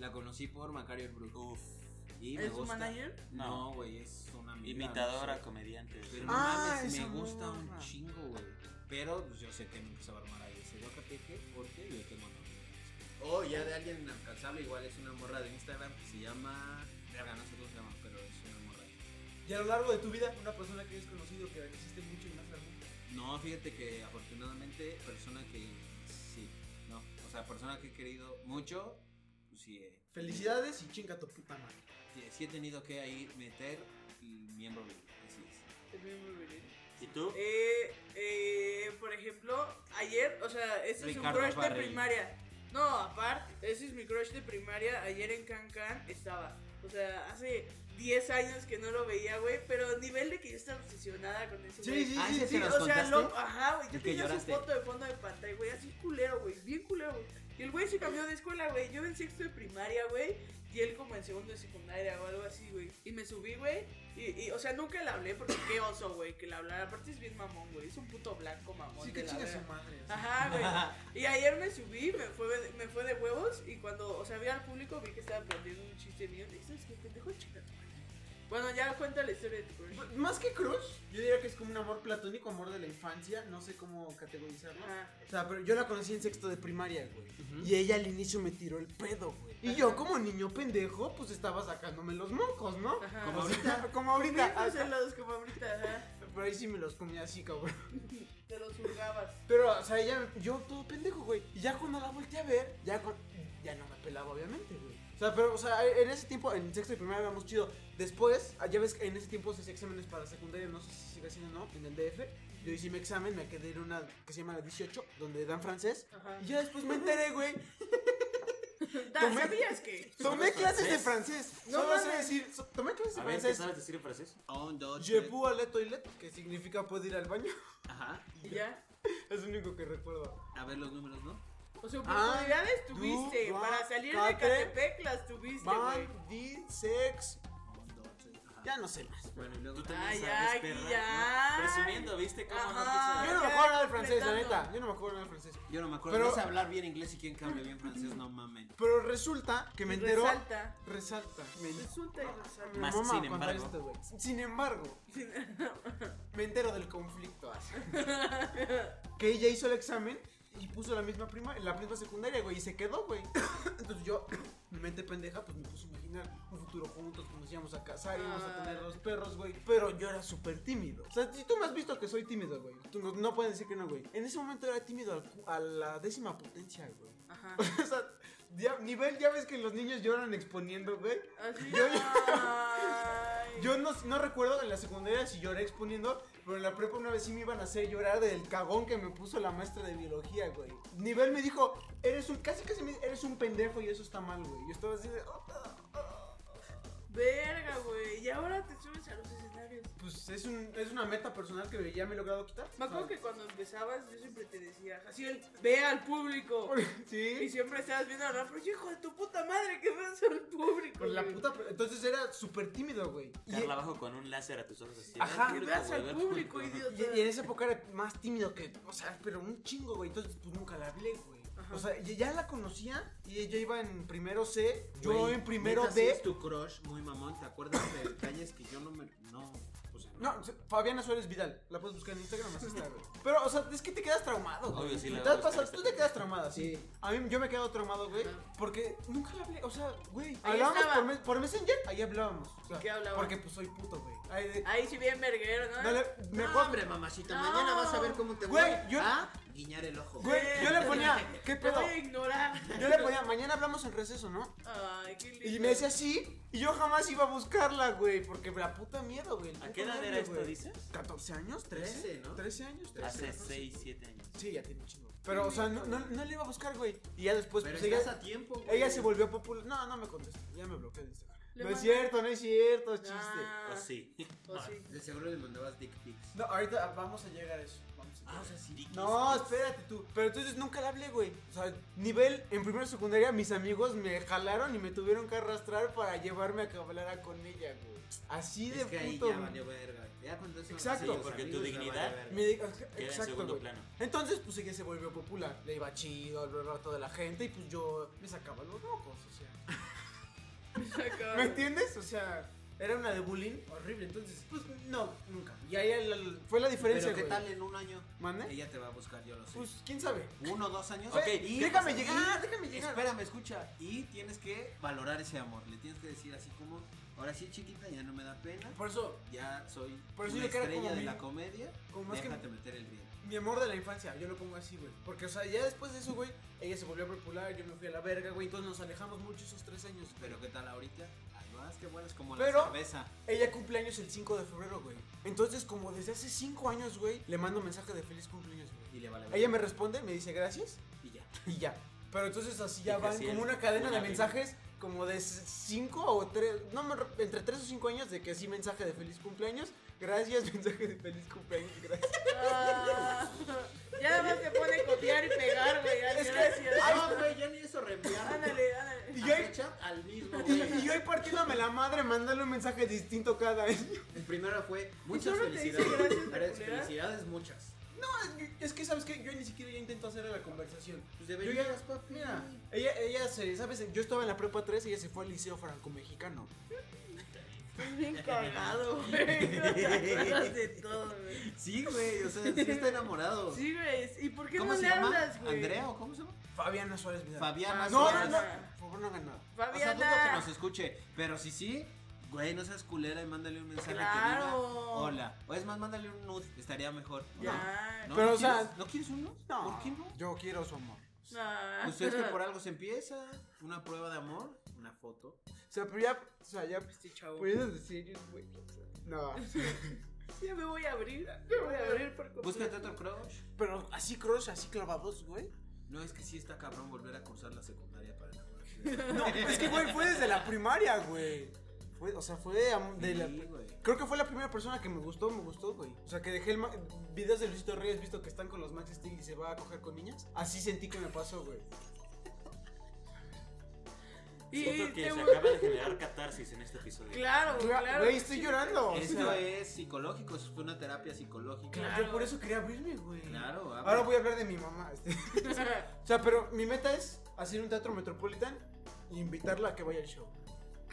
[SPEAKER 5] La conocí por Macario el Brujo.
[SPEAKER 3] Uf.
[SPEAKER 5] Y me
[SPEAKER 4] ¿Eres un
[SPEAKER 5] gusta.
[SPEAKER 4] manager?
[SPEAKER 5] No, güey, es una amiga,
[SPEAKER 3] Imitadora,
[SPEAKER 5] no sé.
[SPEAKER 3] comediante.
[SPEAKER 5] Pero no
[SPEAKER 2] Ah,
[SPEAKER 5] mames,
[SPEAKER 2] esa
[SPEAKER 5] me gusta un
[SPEAKER 2] morra.
[SPEAKER 5] chingo, güey. Pero pues, yo sé que nunca se va a armar ahí ese guacateke porque yo tengo novio. O ya de alguien inalcanzable, igual es una morra de Instagram que se llama. Verga, no sé cómo se llama, pero es una morra de Instagram.
[SPEAKER 2] Y a lo largo de tu vida, una persona que es conocido, que existe mucho y más largo.
[SPEAKER 5] No, fíjate que afortunadamente, persona que. Sí, no. O sea, persona que he querido mucho, pues sí. eh,
[SPEAKER 2] Felicidades y chinga tu puta madre.
[SPEAKER 5] sí, sí he tenido que ahí meter el miembro viril, así es.
[SPEAKER 3] ¿Y tú?
[SPEAKER 4] Eh, eh, por ejemplo, ayer, o sea, ese
[SPEAKER 5] Ricardo
[SPEAKER 4] es un crush de
[SPEAKER 5] Farrell.
[SPEAKER 4] primaria. No, aparte, ese es mi crush de primaria. Ayer en Can Can estaba. O sea, hace 10 años que no lo veía, güey. Pero nivel de que yo estaba obsesionada con ese
[SPEAKER 2] Sí,
[SPEAKER 4] güey.
[SPEAKER 2] sí,
[SPEAKER 5] Ah,
[SPEAKER 2] sí,
[SPEAKER 5] ese
[SPEAKER 2] sí.
[SPEAKER 5] se nos
[SPEAKER 4] o sea,
[SPEAKER 5] contaste?
[SPEAKER 2] ah,
[SPEAKER 4] lo, ajá,
[SPEAKER 5] ¿Y
[SPEAKER 4] güey. Yo
[SPEAKER 5] que
[SPEAKER 4] tenía su
[SPEAKER 5] lloraste?
[SPEAKER 4] foto de fondo de pantalla, güey. Así culero, güey. Bien culero, güey. Y el güey se cambió de escuela, güey. Yo en sexto de primaria, güey. Y él como en segundo de secundaria o algo así, güey. Y me subí, güey. Y, y, o sea, nunca le hablé porque qué oso, güey, que le hablara. Aparte es bien mamón, güey. Es un puto blanco mamón.
[SPEAKER 2] Sí,
[SPEAKER 4] de
[SPEAKER 2] que
[SPEAKER 4] la
[SPEAKER 2] chinga
[SPEAKER 4] verga.
[SPEAKER 2] su madre. así.
[SPEAKER 4] Ajá, güey. Y ayer me subí, me fue, de- me fue de huevos. Y cuando, o sea, vi al público, vi que estaba perdiendo un chiste mío. Y dices, que pendejo chica. Bueno, ya cuenta la historia de tu crush.
[SPEAKER 2] Más que crush, yo diría que es como un amor platónico, amor de la infancia, no sé cómo categorizarlo.
[SPEAKER 4] Ajá.
[SPEAKER 2] O sea, pero yo la conocí en sexto de primaria, güey. Y ella al inicio me tiró el pedo, güey. Y yo como niño pendejo, pues estaba sacándome los mocos, ¿no?
[SPEAKER 4] Ajá.
[SPEAKER 2] Como ahorita. Como ahorita.
[SPEAKER 4] Mira,
[SPEAKER 2] Ah,
[SPEAKER 4] los helados como ahorita, ajá.
[SPEAKER 2] Pero ahí sí me los comía así, cabrón.
[SPEAKER 4] Te los hurgabas.
[SPEAKER 2] Pero, o sea, ella, yo todo pendejo, güey. Y ya cuando la volteé a ver, ya, con- ya no me pelaba, obviamente, güey. O sea, pero, o sea, en ese tiempo, en sexto y primaria éramos chido. Después, ah, ya ves que en ese tiempo se hacían exámenes para secundaria, no sé si sigue haciendo o no, en el DF. Yo hice mi examen, me quedé en una que se llama la 18, donde dan francés.
[SPEAKER 4] Ajá.
[SPEAKER 2] Y ya después me enteré, güey.
[SPEAKER 4] Da,
[SPEAKER 2] Tomé-
[SPEAKER 4] ¿Sabías que?
[SPEAKER 2] Tomé
[SPEAKER 3] ¿Sabes
[SPEAKER 2] clases de
[SPEAKER 3] francés?
[SPEAKER 2] francés.
[SPEAKER 4] No
[SPEAKER 2] No Solo sé
[SPEAKER 4] mames.
[SPEAKER 2] decir, so- tomé clases de
[SPEAKER 3] A ver, ¿qué
[SPEAKER 2] francés.
[SPEAKER 3] sabes decir en francés?
[SPEAKER 5] Un, dos,
[SPEAKER 2] Je
[SPEAKER 5] tres.
[SPEAKER 2] peux aller toilette, que significa puedo ir al baño.
[SPEAKER 5] Ajá.
[SPEAKER 4] Y ya.
[SPEAKER 2] Es lo único que recuerdo.
[SPEAKER 5] A ver los números, ¿no?
[SPEAKER 4] O sea, oportunidades
[SPEAKER 2] Ah,
[SPEAKER 4] tuviste.
[SPEAKER 2] tú,
[SPEAKER 4] para
[SPEAKER 2] va,
[SPEAKER 4] salir de
[SPEAKER 2] cate-
[SPEAKER 4] Catepec las tuviste, güey.
[SPEAKER 2] Van, di, sex.
[SPEAKER 5] Un, dos, tres. Ajá.
[SPEAKER 2] Ya no sé más.
[SPEAKER 5] Bueno, y luego.
[SPEAKER 3] Tú también
[SPEAKER 4] Ay,
[SPEAKER 3] sabes,
[SPEAKER 4] ay,
[SPEAKER 3] perra.
[SPEAKER 4] ya.
[SPEAKER 3] ¿no? Presumiendo, ¿viste cómo no
[SPEAKER 4] Ajá.
[SPEAKER 2] Yo
[SPEAKER 3] empieza?
[SPEAKER 2] no me
[SPEAKER 4] ya,
[SPEAKER 2] acuerdo nada del francés, la
[SPEAKER 4] completando.
[SPEAKER 2] neta. Yo no me acuerdo nada del francés.
[SPEAKER 5] Yo no me acuerdo.
[SPEAKER 2] Pero-
[SPEAKER 5] No sé hablar bien inglés y quién que hable bien francés, no mames.
[SPEAKER 2] Pero resulta que me enteró.
[SPEAKER 4] Resalta.
[SPEAKER 2] Resalta. Me
[SPEAKER 4] Resulta y resalta.
[SPEAKER 2] me
[SPEAKER 3] Más
[SPEAKER 2] mama
[SPEAKER 3] sin
[SPEAKER 2] contar
[SPEAKER 3] embargo.
[SPEAKER 2] esto, güey. sin embargo, me entero del conflicto así. que ella hizo el examen y puso la misma prima, la misma secundaria, güey, y se quedó, güey. Entonces yo, mi mente pendeja, pues me puse a imaginar un futuro juntos, que nos íbamos a casar, íbamos a tener dos perros, güey. Pero yo era súper tímido. O sea, si tú me has visto que soy tímido, güey, tú no, no puedes decir que no, güey. En ese momento era tímido al cu- a la décima potencia, güey.
[SPEAKER 4] Ajá.
[SPEAKER 2] O sea, ya- nivel, ya ves que los niños lloran exponiendo, güey.
[SPEAKER 4] Así.
[SPEAKER 2] Yo-
[SPEAKER 4] ay.
[SPEAKER 2] Yo no, no recuerdo en la secundaria si lloré exponiendo, pero en la prepa una vez sí me iban a hacer llorar del cagón que me puso la maestra de biología, güey. Nivel me dijo, eres un, casi casi me- eres un pendejo y eso está mal, güey. Yo estaba así de, "Oh, oh".
[SPEAKER 4] Verga, güey. Y ahora te subes a los escenarios.
[SPEAKER 2] pues es, un, es una meta personal que ya me he logrado quitar.
[SPEAKER 4] Me acuerdo que cuando empezabas, yo siempre te decía, Jaciel, ve al público. Y
[SPEAKER 2] Sí.
[SPEAKER 4] siempre estabas viendo a la pero hijo de tu puta madre, que vas al público.
[SPEAKER 2] Pues la
[SPEAKER 4] güey.
[SPEAKER 2] puta, entonces era súper tímido, güey. Y-
[SPEAKER 3] Carla abajo con un láser a tus ojos así.
[SPEAKER 2] Ajá.
[SPEAKER 3] Ve
[SPEAKER 4] Que
[SPEAKER 3] al
[SPEAKER 4] Ah, veas
[SPEAKER 3] público,
[SPEAKER 4] al
[SPEAKER 3] ve al
[SPEAKER 4] público,
[SPEAKER 3] público,
[SPEAKER 4] idiota.
[SPEAKER 2] Y, y en esa época era más tímido que, o sea, pero un chingo, güey. Entonces, pues nunca la hablé, güey.
[SPEAKER 4] Ajá.
[SPEAKER 2] O sea, y- ya la conocía y yo iba en primero C, yo
[SPEAKER 5] Güey,
[SPEAKER 2] en primero
[SPEAKER 5] neta, sí
[SPEAKER 2] D.
[SPEAKER 5] es tu crush, muy mamón. ¿Te acuerdas de detalles que yo no me. No. O sea,
[SPEAKER 2] No, o sea, Fabiana Suárez Vidal, la puedes buscar en Instagram, así está, güey. Pero, o sea, es que te quedas traumado, güey.
[SPEAKER 3] Obvio, sí, la
[SPEAKER 2] Te
[SPEAKER 3] voy a
[SPEAKER 2] has
[SPEAKER 3] buscar
[SPEAKER 2] pasado-
[SPEAKER 3] en
[SPEAKER 2] tú te quedas traumada, sí.
[SPEAKER 5] Sí.
[SPEAKER 2] A mí yo me quedo traumado, güey,
[SPEAKER 4] Ajá.
[SPEAKER 2] porque nunca la hablé, o sea, güey.
[SPEAKER 4] Ahí
[SPEAKER 2] Hablábamos
[SPEAKER 4] estaba.
[SPEAKER 2] por, mes- por Messenger, ahí hablábamos. o sea,
[SPEAKER 4] ¿Qué hablaban?
[SPEAKER 2] Porque pues soy puto, güey. Ahí de-
[SPEAKER 4] Ahí sí bien verguero, ¿no?
[SPEAKER 2] dale, me
[SPEAKER 5] No,
[SPEAKER 2] acuerdo-
[SPEAKER 5] hombre, mamacita.
[SPEAKER 4] No.
[SPEAKER 5] Mañana vas a ver cómo te
[SPEAKER 2] Güey,
[SPEAKER 5] voy
[SPEAKER 2] yo-
[SPEAKER 5] a guiñar el ojo.
[SPEAKER 2] Güey, yo le ponía, ¿qué
[SPEAKER 4] Te
[SPEAKER 2] pedo?
[SPEAKER 4] voy a ignorar.
[SPEAKER 2] Yo le ponía, mañana hablamos en receso, ¿no?
[SPEAKER 4] Ay, qué lindo.
[SPEAKER 2] Y me decía así, y yo jamás iba a buscarla, güey, porque la puta miedo, güey. el
[SPEAKER 3] ¿A
[SPEAKER 2] puto
[SPEAKER 3] qué edad
[SPEAKER 2] nervio,
[SPEAKER 3] era esto,
[SPEAKER 2] güey.
[SPEAKER 3] dices?
[SPEAKER 2] ¿14 años? 13,
[SPEAKER 5] Trece, ¿no?
[SPEAKER 2] 13 años, 13.
[SPEAKER 3] Hace
[SPEAKER 2] 14.
[SPEAKER 3] 6, 7 años.
[SPEAKER 2] Sí, ya tiene un chingo. Pero, o sea, no, no, no le iba a buscar, güey. Y ya después,
[SPEAKER 5] Pero
[SPEAKER 2] pues
[SPEAKER 5] estás a
[SPEAKER 2] ella,
[SPEAKER 5] tiempo. güey.
[SPEAKER 2] ella se volvió popular. No, no me contestó, ya me bloqueó de Instagram.
[SPEAKER 4] Le
[SPEAKER 2] No es
[SPEAKER 4] mandé-
[SPEAKER 2] cierto, no es cierto, es chiste.
[SPEAKER 4] Ah,
[SPEAKER 3] O sí.
[SPEAKER 4] o sí.
[SPEAKER 5] De seguro le mandabas dick pics.
[SPEAKER 2] No, ahorita vamos a llegar a eso. Vamos a llegar.
[SPEAKER 5] sea, sí.
[SPEAKER 2] Ah, No, espérate tú. Pero entonces nunca le hablé, güey. O sea, nivel en primera secundaria, mis amigos me jalaron y me tuvieron que arrastrar para llevarme a que hablara con ella, güey. Así de
[SPEAKER 5] Es que ahí
[SPEAKER 2] puto.
[SPEAKER 5] ya
[SPEAKER 2] güey.
[SPEAKER 5] valió verga. Ya cuando eso-
[SPEAKER 2] Exacto.
[SPEAKER 5] los
[SPEAKER 2] Sí,
[SPEAKER 3] porque tu
[SPEAKER 5] amigos ya
[SPEAKER 3] dignidad-
[SPEAKER 5] valió verga.
[SPEAKER 2] Me di- ex-
[SPEAKER 3] Queda en
[SPEAKER 2] exacto,
[SPEAKER 3] segundo
[SPEAKER 2] güey.
[SPEAKER 3] plano.
[SPEAKER 2] Entonces, pues ella se volvió popular. Le iba chido, al rato de la gente y pues yo me sacaba los locos, o sea.
[SPEAKER 5] Ah.
[SPEAKER 4] Se acabó.
[SPEAKER 2] ¿Me entiendes? O sea, Era una de bullying horrible. Entonces, pues no, nunca. Y ahí el- el- fue la diferencia,
[SPEAKER 5] Pero qué
[SPEAKER 2] güey.
[SPEAKER 5] tal en un año.
[SPEAKER 2] ¿Mande?
[SPEAKER 5] Ella te va a buscar, yo lo sé.
[SPEAKER 2] Pues quién sabe.
[SPEAKER 5] Uno, dos años.
[SPEAKER 3] Ok,
[SPEAKER 5] y-
[SPEAKER 2] déjame
[SPEAKER 5] y-
[SPEAKER 2] llegar, déjame llegar.
[SPEAKER 5] Espérame, escucha. Y tienes que valorar ese amor. Le tienes que decir así como, ahora sí chiquita, ya no me da pena.
[SPEAKER 2] Por eso,
[SPEAKER 5] Ya soy
[SPEAKER 2] Por eso
[SPEAKER 5] una
[SPEAKER 2] yo que era
[SPEAKER 5] estrella
[SPEAKER 2] como
[SPEAKER 5] de
[SPEAKER 2] mi-
[SPEAKER 5] la comedia.
[SPEAKER 2] como más que-
[SPEAKER 5] Déjate meter el bien.
[SPEAKER 2] mi amor de la infancia, yo lo pongo así, güey. Porque, o sea, ya después de eso, güey, ella se volvió popular, yo me fui a la verga, güey. Entonces nos alejamos mucho esos tres años.
[SPEAKER 5] Pero qué tal ahorita. Además, que bueno, es como
[SPEAKER 2] Pero-
[SPEAKER 5] la cerveza.
[SPEAKER 2] Ella cumple años el 5 de febrero, güey. Entonces, como desde hace 5 años, güey, le mando mensaje de feliz cumpleaños, güey.
[SPEAKER 5] Y le vale
[SPEAKER 2] Ella me responde, me dice gracias
[SPEAKER 5] y ya.
[SPEAKER 2] y ya. Pero entonces así ya
[SPEAKER 3] Y
[SPEAKER 2] van
[SPEAKER 3] así
[SPEAKER 2] como
[SPEAKER 3] es,
[SPEAKER 2] una cadena
[SPEAKER 3] una
[SPEAKER 2] de
[SPEAKER 3] vida.
[SPEAKER 2] mensajes como de 5 o 3, no, me re- entre 3 o 5 años de que sí mensaje de feliz cumpleaños, gracias, mensaje de feliz cumpleaños, gracias.
[SPEAKER 4] Ah, ya nada más te pone copiar y pegar, güey. ay,
[SPEAKER 2] Es que-
[SPEAKER 4] Gracias.
[SPEAKER 5] Ay, güey, ya ni eso reenviar.
[SPEAKER 4] Ándale, ándale.
[SPEAKER 2] Y yo ahí-
[SPEAKER 5] Hacer chat al mismo,
[SPEAKER 2] Y,
[SPEAKER 5] güey.
[SPEAKER 2] y yo ahí partiéndome la madre, mandándole un mensaje distinto cada año.
[SPEAKER 5] El primero fue muchas
[SPEAKER 4] solo te dice
[SPEAKER 5] felicidades.
[SPEAKER 4] gracias,
[SPEAKER 5] Pero
[SPEAKER 4] culera?
[SPEAKER 5] felicidades muchas.
[SPEAKER 2] Ah, Es que, ¿sabes qué? Yo ni siquiera ya intento hacer la conversación.
[SPEAKER 5] Pues
[SPEAKER 2] Yo
[SPEAKER 5] deberías,
[SPEAKER 2] ya,
[SPEAKER 5] papi.
[SPEAKER 2] mira, ella, ella se, ¿sabes? Yo estaba en la prepa 3 y ella se fue al liceo franco-mexicano.
[SPEAKER 4] Estás bien cagado, güey. No te acuerdas de todo, güey.
[SPEAKER 5] Sí, güey, o sea, sí está enamorado.
[SPEAKER 4] Sí, güey. ¿Y por qué
[SPEAKER 5] ¿Cómo
[SPEAKER 4] no
[SPEAKER 5] se
[SPEAKER 4] le
[SPEAKER 5] llama?
[SPEAKER 4] hablas, güey? Ah,
[SPEAKER 5] ¿Andrea o cómo se llama?
[SPEAKER 2] Fabiana Suárez Vidal.
[SPEAKER 5] Fabiana.
[SPEAKER 2] No, no,
[SPEAKER 5] Suárez.
[SPEAKER 2] no.
[SPEAKER 4] Fabiana.
[SPEAKER 2] Por favor, no hagan nada.
[SPEAKER 5] O sea, dudo que nos
[SPEAKER 4] Fabiana.
[SPEAKER 5] escuche. Pero si sí, güey, no seas culera y mándale un mensaje que diga
[SPEAKER 4] Claro.
[SPEAKER 5] hola. O es más, mándale un nude, estaría mejor.
[SPEAKER 4] Ya.
[SPEAKER 5] ¿No?
[SPEAKER 2] Pero,
[SPEAKER 5] ¿No
[SPEAKER 2] o sea,
[SPEAKER 5] quieres- ¿no quieres un nude?
[SPEAKER 2] No.
[SPEAKER 5] ¿Por qué no?
[SPEAKER 2] Yo quiero su amor.
[SPEAKER 4] No.
[SPEAKER 5] Pues es que por algo se empieza. Una prueba de amor, una foto.
[SPEAKER 2] O sea, pero ya, o sea, ya
[SPEAKER 4] Este chavo.
[SPEAKER 5] Pues,
[SPEAKER 2] puedes decir, güey. No.
[SPEAKER 4] Pues, Ya me voy a abrir. Ya me voy a abrir por completo.
[SPEAKER 5] Búscate otro crush.
[SPEAKER 2] Pero así crush, así clavados, güey.
[SPEAKER 5] No, es que sí está cabrón volver a cursar la secundaria para enamorarse.
[SPEAKER 2] No, es que, güey, fue desde la primaria, güey. Fue, o sea, fue am- de la.
[SPEAKER 5] Sí, güey.
[SPEAKER 2] Creo que fue la primera persona que me gustó, me gustó, güey. O sea, que dejé el ma- videos de Luisito Reyes visto que están con los Max Steel y se va a coger con niñas. Así sentí que me pasó, güey.
[SPEAKER 4] Y
[SPEAKER 3] Siento que
[SPEAKER 4] te
[SPEAKER 3] se
[SPEAKER 4] voy-
[SPEAKER 3] acaba de generar catarsis en este episodio.
[SPEAKER 4] Claro, claro.
[SPEAKER 2] Güey, estoy llorando. o
[SPEAKER 5] Esto
[SPEAKER 2] sea.
[SPEAKER 5] es psicológico, es una terapia psicológica.
[SPEAKER 4] Claro.
[SPEAKER 2] Yo por eso quería abrirme, güey.
[SPEAKER 5] Claro, ah,
[SPEAKER 2] Ahora voy a hablar de mi mamá. este. O sea, pero mi meta es hacer un teatro metropolitan e invitarla a que vaya al show.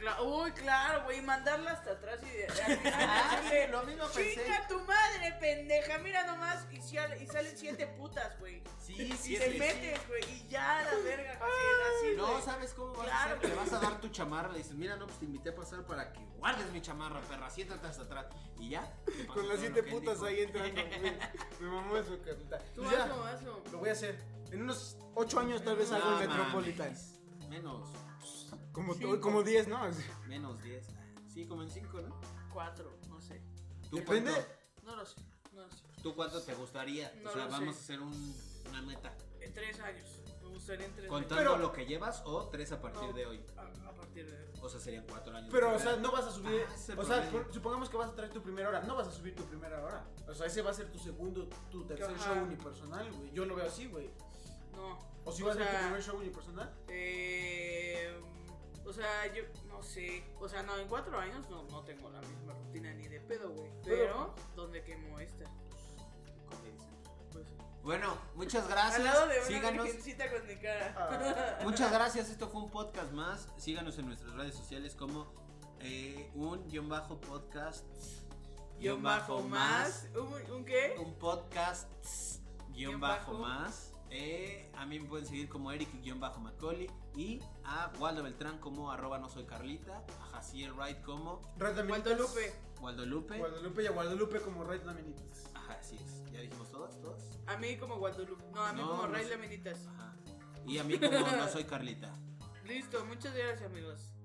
[SPEAKER 4] Cla- Uy, claro, güey, mandarla hasta atrás y de
[SPEAKER 5] Ah,
[SPEAKER 4] Ay,
[SPEAKER 5] sí, lo mismo pensé.
[SPEAKER 4] Chinga tu madre, pendeja, mira nomás y, si- y salen siete putas, güey.
[SPEAKER 5] Sí,
[SPEAKER 4] y
[SPEAKER 5] sí,
[SPEAKER 4] te
[SPEAKER 5] sí.
[SPEAKER 4] metes, güey, y ya la verga, así, así,
[SPEAKER 5] No,
[SPEAKER 4] güey.
[SPEAKER 5] ¿sabes cómo vas a
[SPEAKER 4] Claro.
[SPEAKER 5] hacer? Le vas a dar tu chamarra, le dices, mira, no, pues te invité a pasar para que guardes mi chamarra, perra, siéntate hasta atrás. Y ya. te pasó
[SPEAKER 2] Con las
[SPEAKER 5] todo lo
[SPEAKER 2] siete
[SPEAKER 5] que él
[SPEAKER 2] putas
[SPEAKER 5] dijo.
[SPEAKER 2] ahí entrando. güey. Mi mamá es su carnita.
[SPEAKER 4] Tú
[SPEAKER 2] Pues ya,
[SPEAKER 4] hazlo, hazlo.
[SPEAKER 2] Lo voy a hacer. En unos ocho años tal vez hago
[SPEAKER 5] No
[SPEAKER 2] el
[SPEAKER 5] mames.
[SPEAKER 2] metropolitan.
[SPEAKER 5] Menos,
[SPEAKER 2] Como,
[SPEAKER 4] Cinco.
[SPEAKER 2] como 10, ¿no?
[SPEAKER 5] menos 10. Sí, como en 5, ¿no?
[SPEAKER 4] Cuatro, no sé.
[SPEAKER 5] ¿Tú
[SPEAKER 2] Depende.
[SPEAKER 5] Cuánto,
[SPEAKER 4] No lo sé, no lo sé.
[SPEAKER 5] ¿Tú cuánto te gustaría?
[SPEAKER 4] No
[SPEAKER 5] o sea,
[SPEAKER 4] lo
[SPEAKER 5] vamos
[SPEAKER 4] sé.
[SPEAKER 5] a hacer un- una meta.
[SPEAKER 4] En tres años. Me gustaría en tres
[SPEAKER 5] Contando
[SPEAKER 2] Pero-
[SPEAKER 5] lo que llevas o tres a partir
[SPEAKER 4] No.
[SPEAKER 5] de hoy.
[SPEAKER 4] años. A, a partir de
[SPEAKER 5] O sea, serían cuatro años. de
[SPEAKER 2] Pero, o
[SPEAKER 5] carrera.
[SPEAKER 2] sea, no vas a subir.
[SPEAKER 5] Ah, ese
[SPEAKER 2] o sea,
[SPEAKER 5] promedio.
[SPEAKER 2] por- supongamos que vas a traer tu primera hora. No vas a subir tu primera hora. O sea, ese va a ser tu segundo, tu tercer
[SPEAKER 4] Ajá.
[SPEAKER 2] show unipersonal, güey. Yo lo veo así, güey.
[SPEAKER 4] No.
[SPEAKER 2] O si
[SPEAKER 4] O
[SPEAKER 2] vas a ser
[SPEAKER 4] sea-
[SPEAKER 2] tu primer show unipersonal.
[SPEAKER 4] Eh, o sea, yo no sé. O sea, no, en cuatro años no, no tengo la misma rutina ni de pedo, güey.
[SPEAKER 2] Pero-
[SPEAKER 4] Pero, ¿dónde quemó esta? Pues,
[SPEAKER 5] Bueno, muchas
[SPEAKER 4] al lado de
[SPEAKER 5] gracias.
[SPEAKER 4] una
[SPEAKER 5] Síganos.
[SPEAKER 4] virgencita con mi cara.
[SPEAKER 2] Ah.
[SPEAKER 5] Muchas gracias, esto fue un podcast más. Síganos en nuestras redes sociales como eh, un guión bajo podcast.
[SPEAKER 4] Guión bajo más. ¿Un, un qué?
[SPEAKER 5] Un podcast guión
[SPEAKER 4] Guión
[SPEAKER 5] bajo
[SPEAKER 4] bajo.
[SPEAKER 5] más. Eh, a mí me pueden seguir como Eric guión bajo Macaulay y a Waldo Beltrán como arroba no soy Carlita, a Jaciel Wright como
[SPEAKER 2] Red de Amiguitas.
[SPEAKER 4] Guadalupe. ¿eh?
[SPEAKER 5] Waldo Lupe.
[SPEAKER 2] Guadalupe y a Guadalupe como Red Laminitas.
[SPEAKER 5] Ajá, así es. Ya dijimos todas, todas.
[SPEAKER 4] A mí como Guadalupe. No, a mí
[SPEAKER 5] No,
[SPEAKER 4] como
[SPEAKER 5] no
[SPEAKER 4] Ray
[SPEAKER 5] sé.
[SPEAKER 4] Laminitas.
[SPEAKER 5] Ajá. Y a mí como no soy Carlita.
[SPEAKER 4] Listo, muchas gracias, amigos.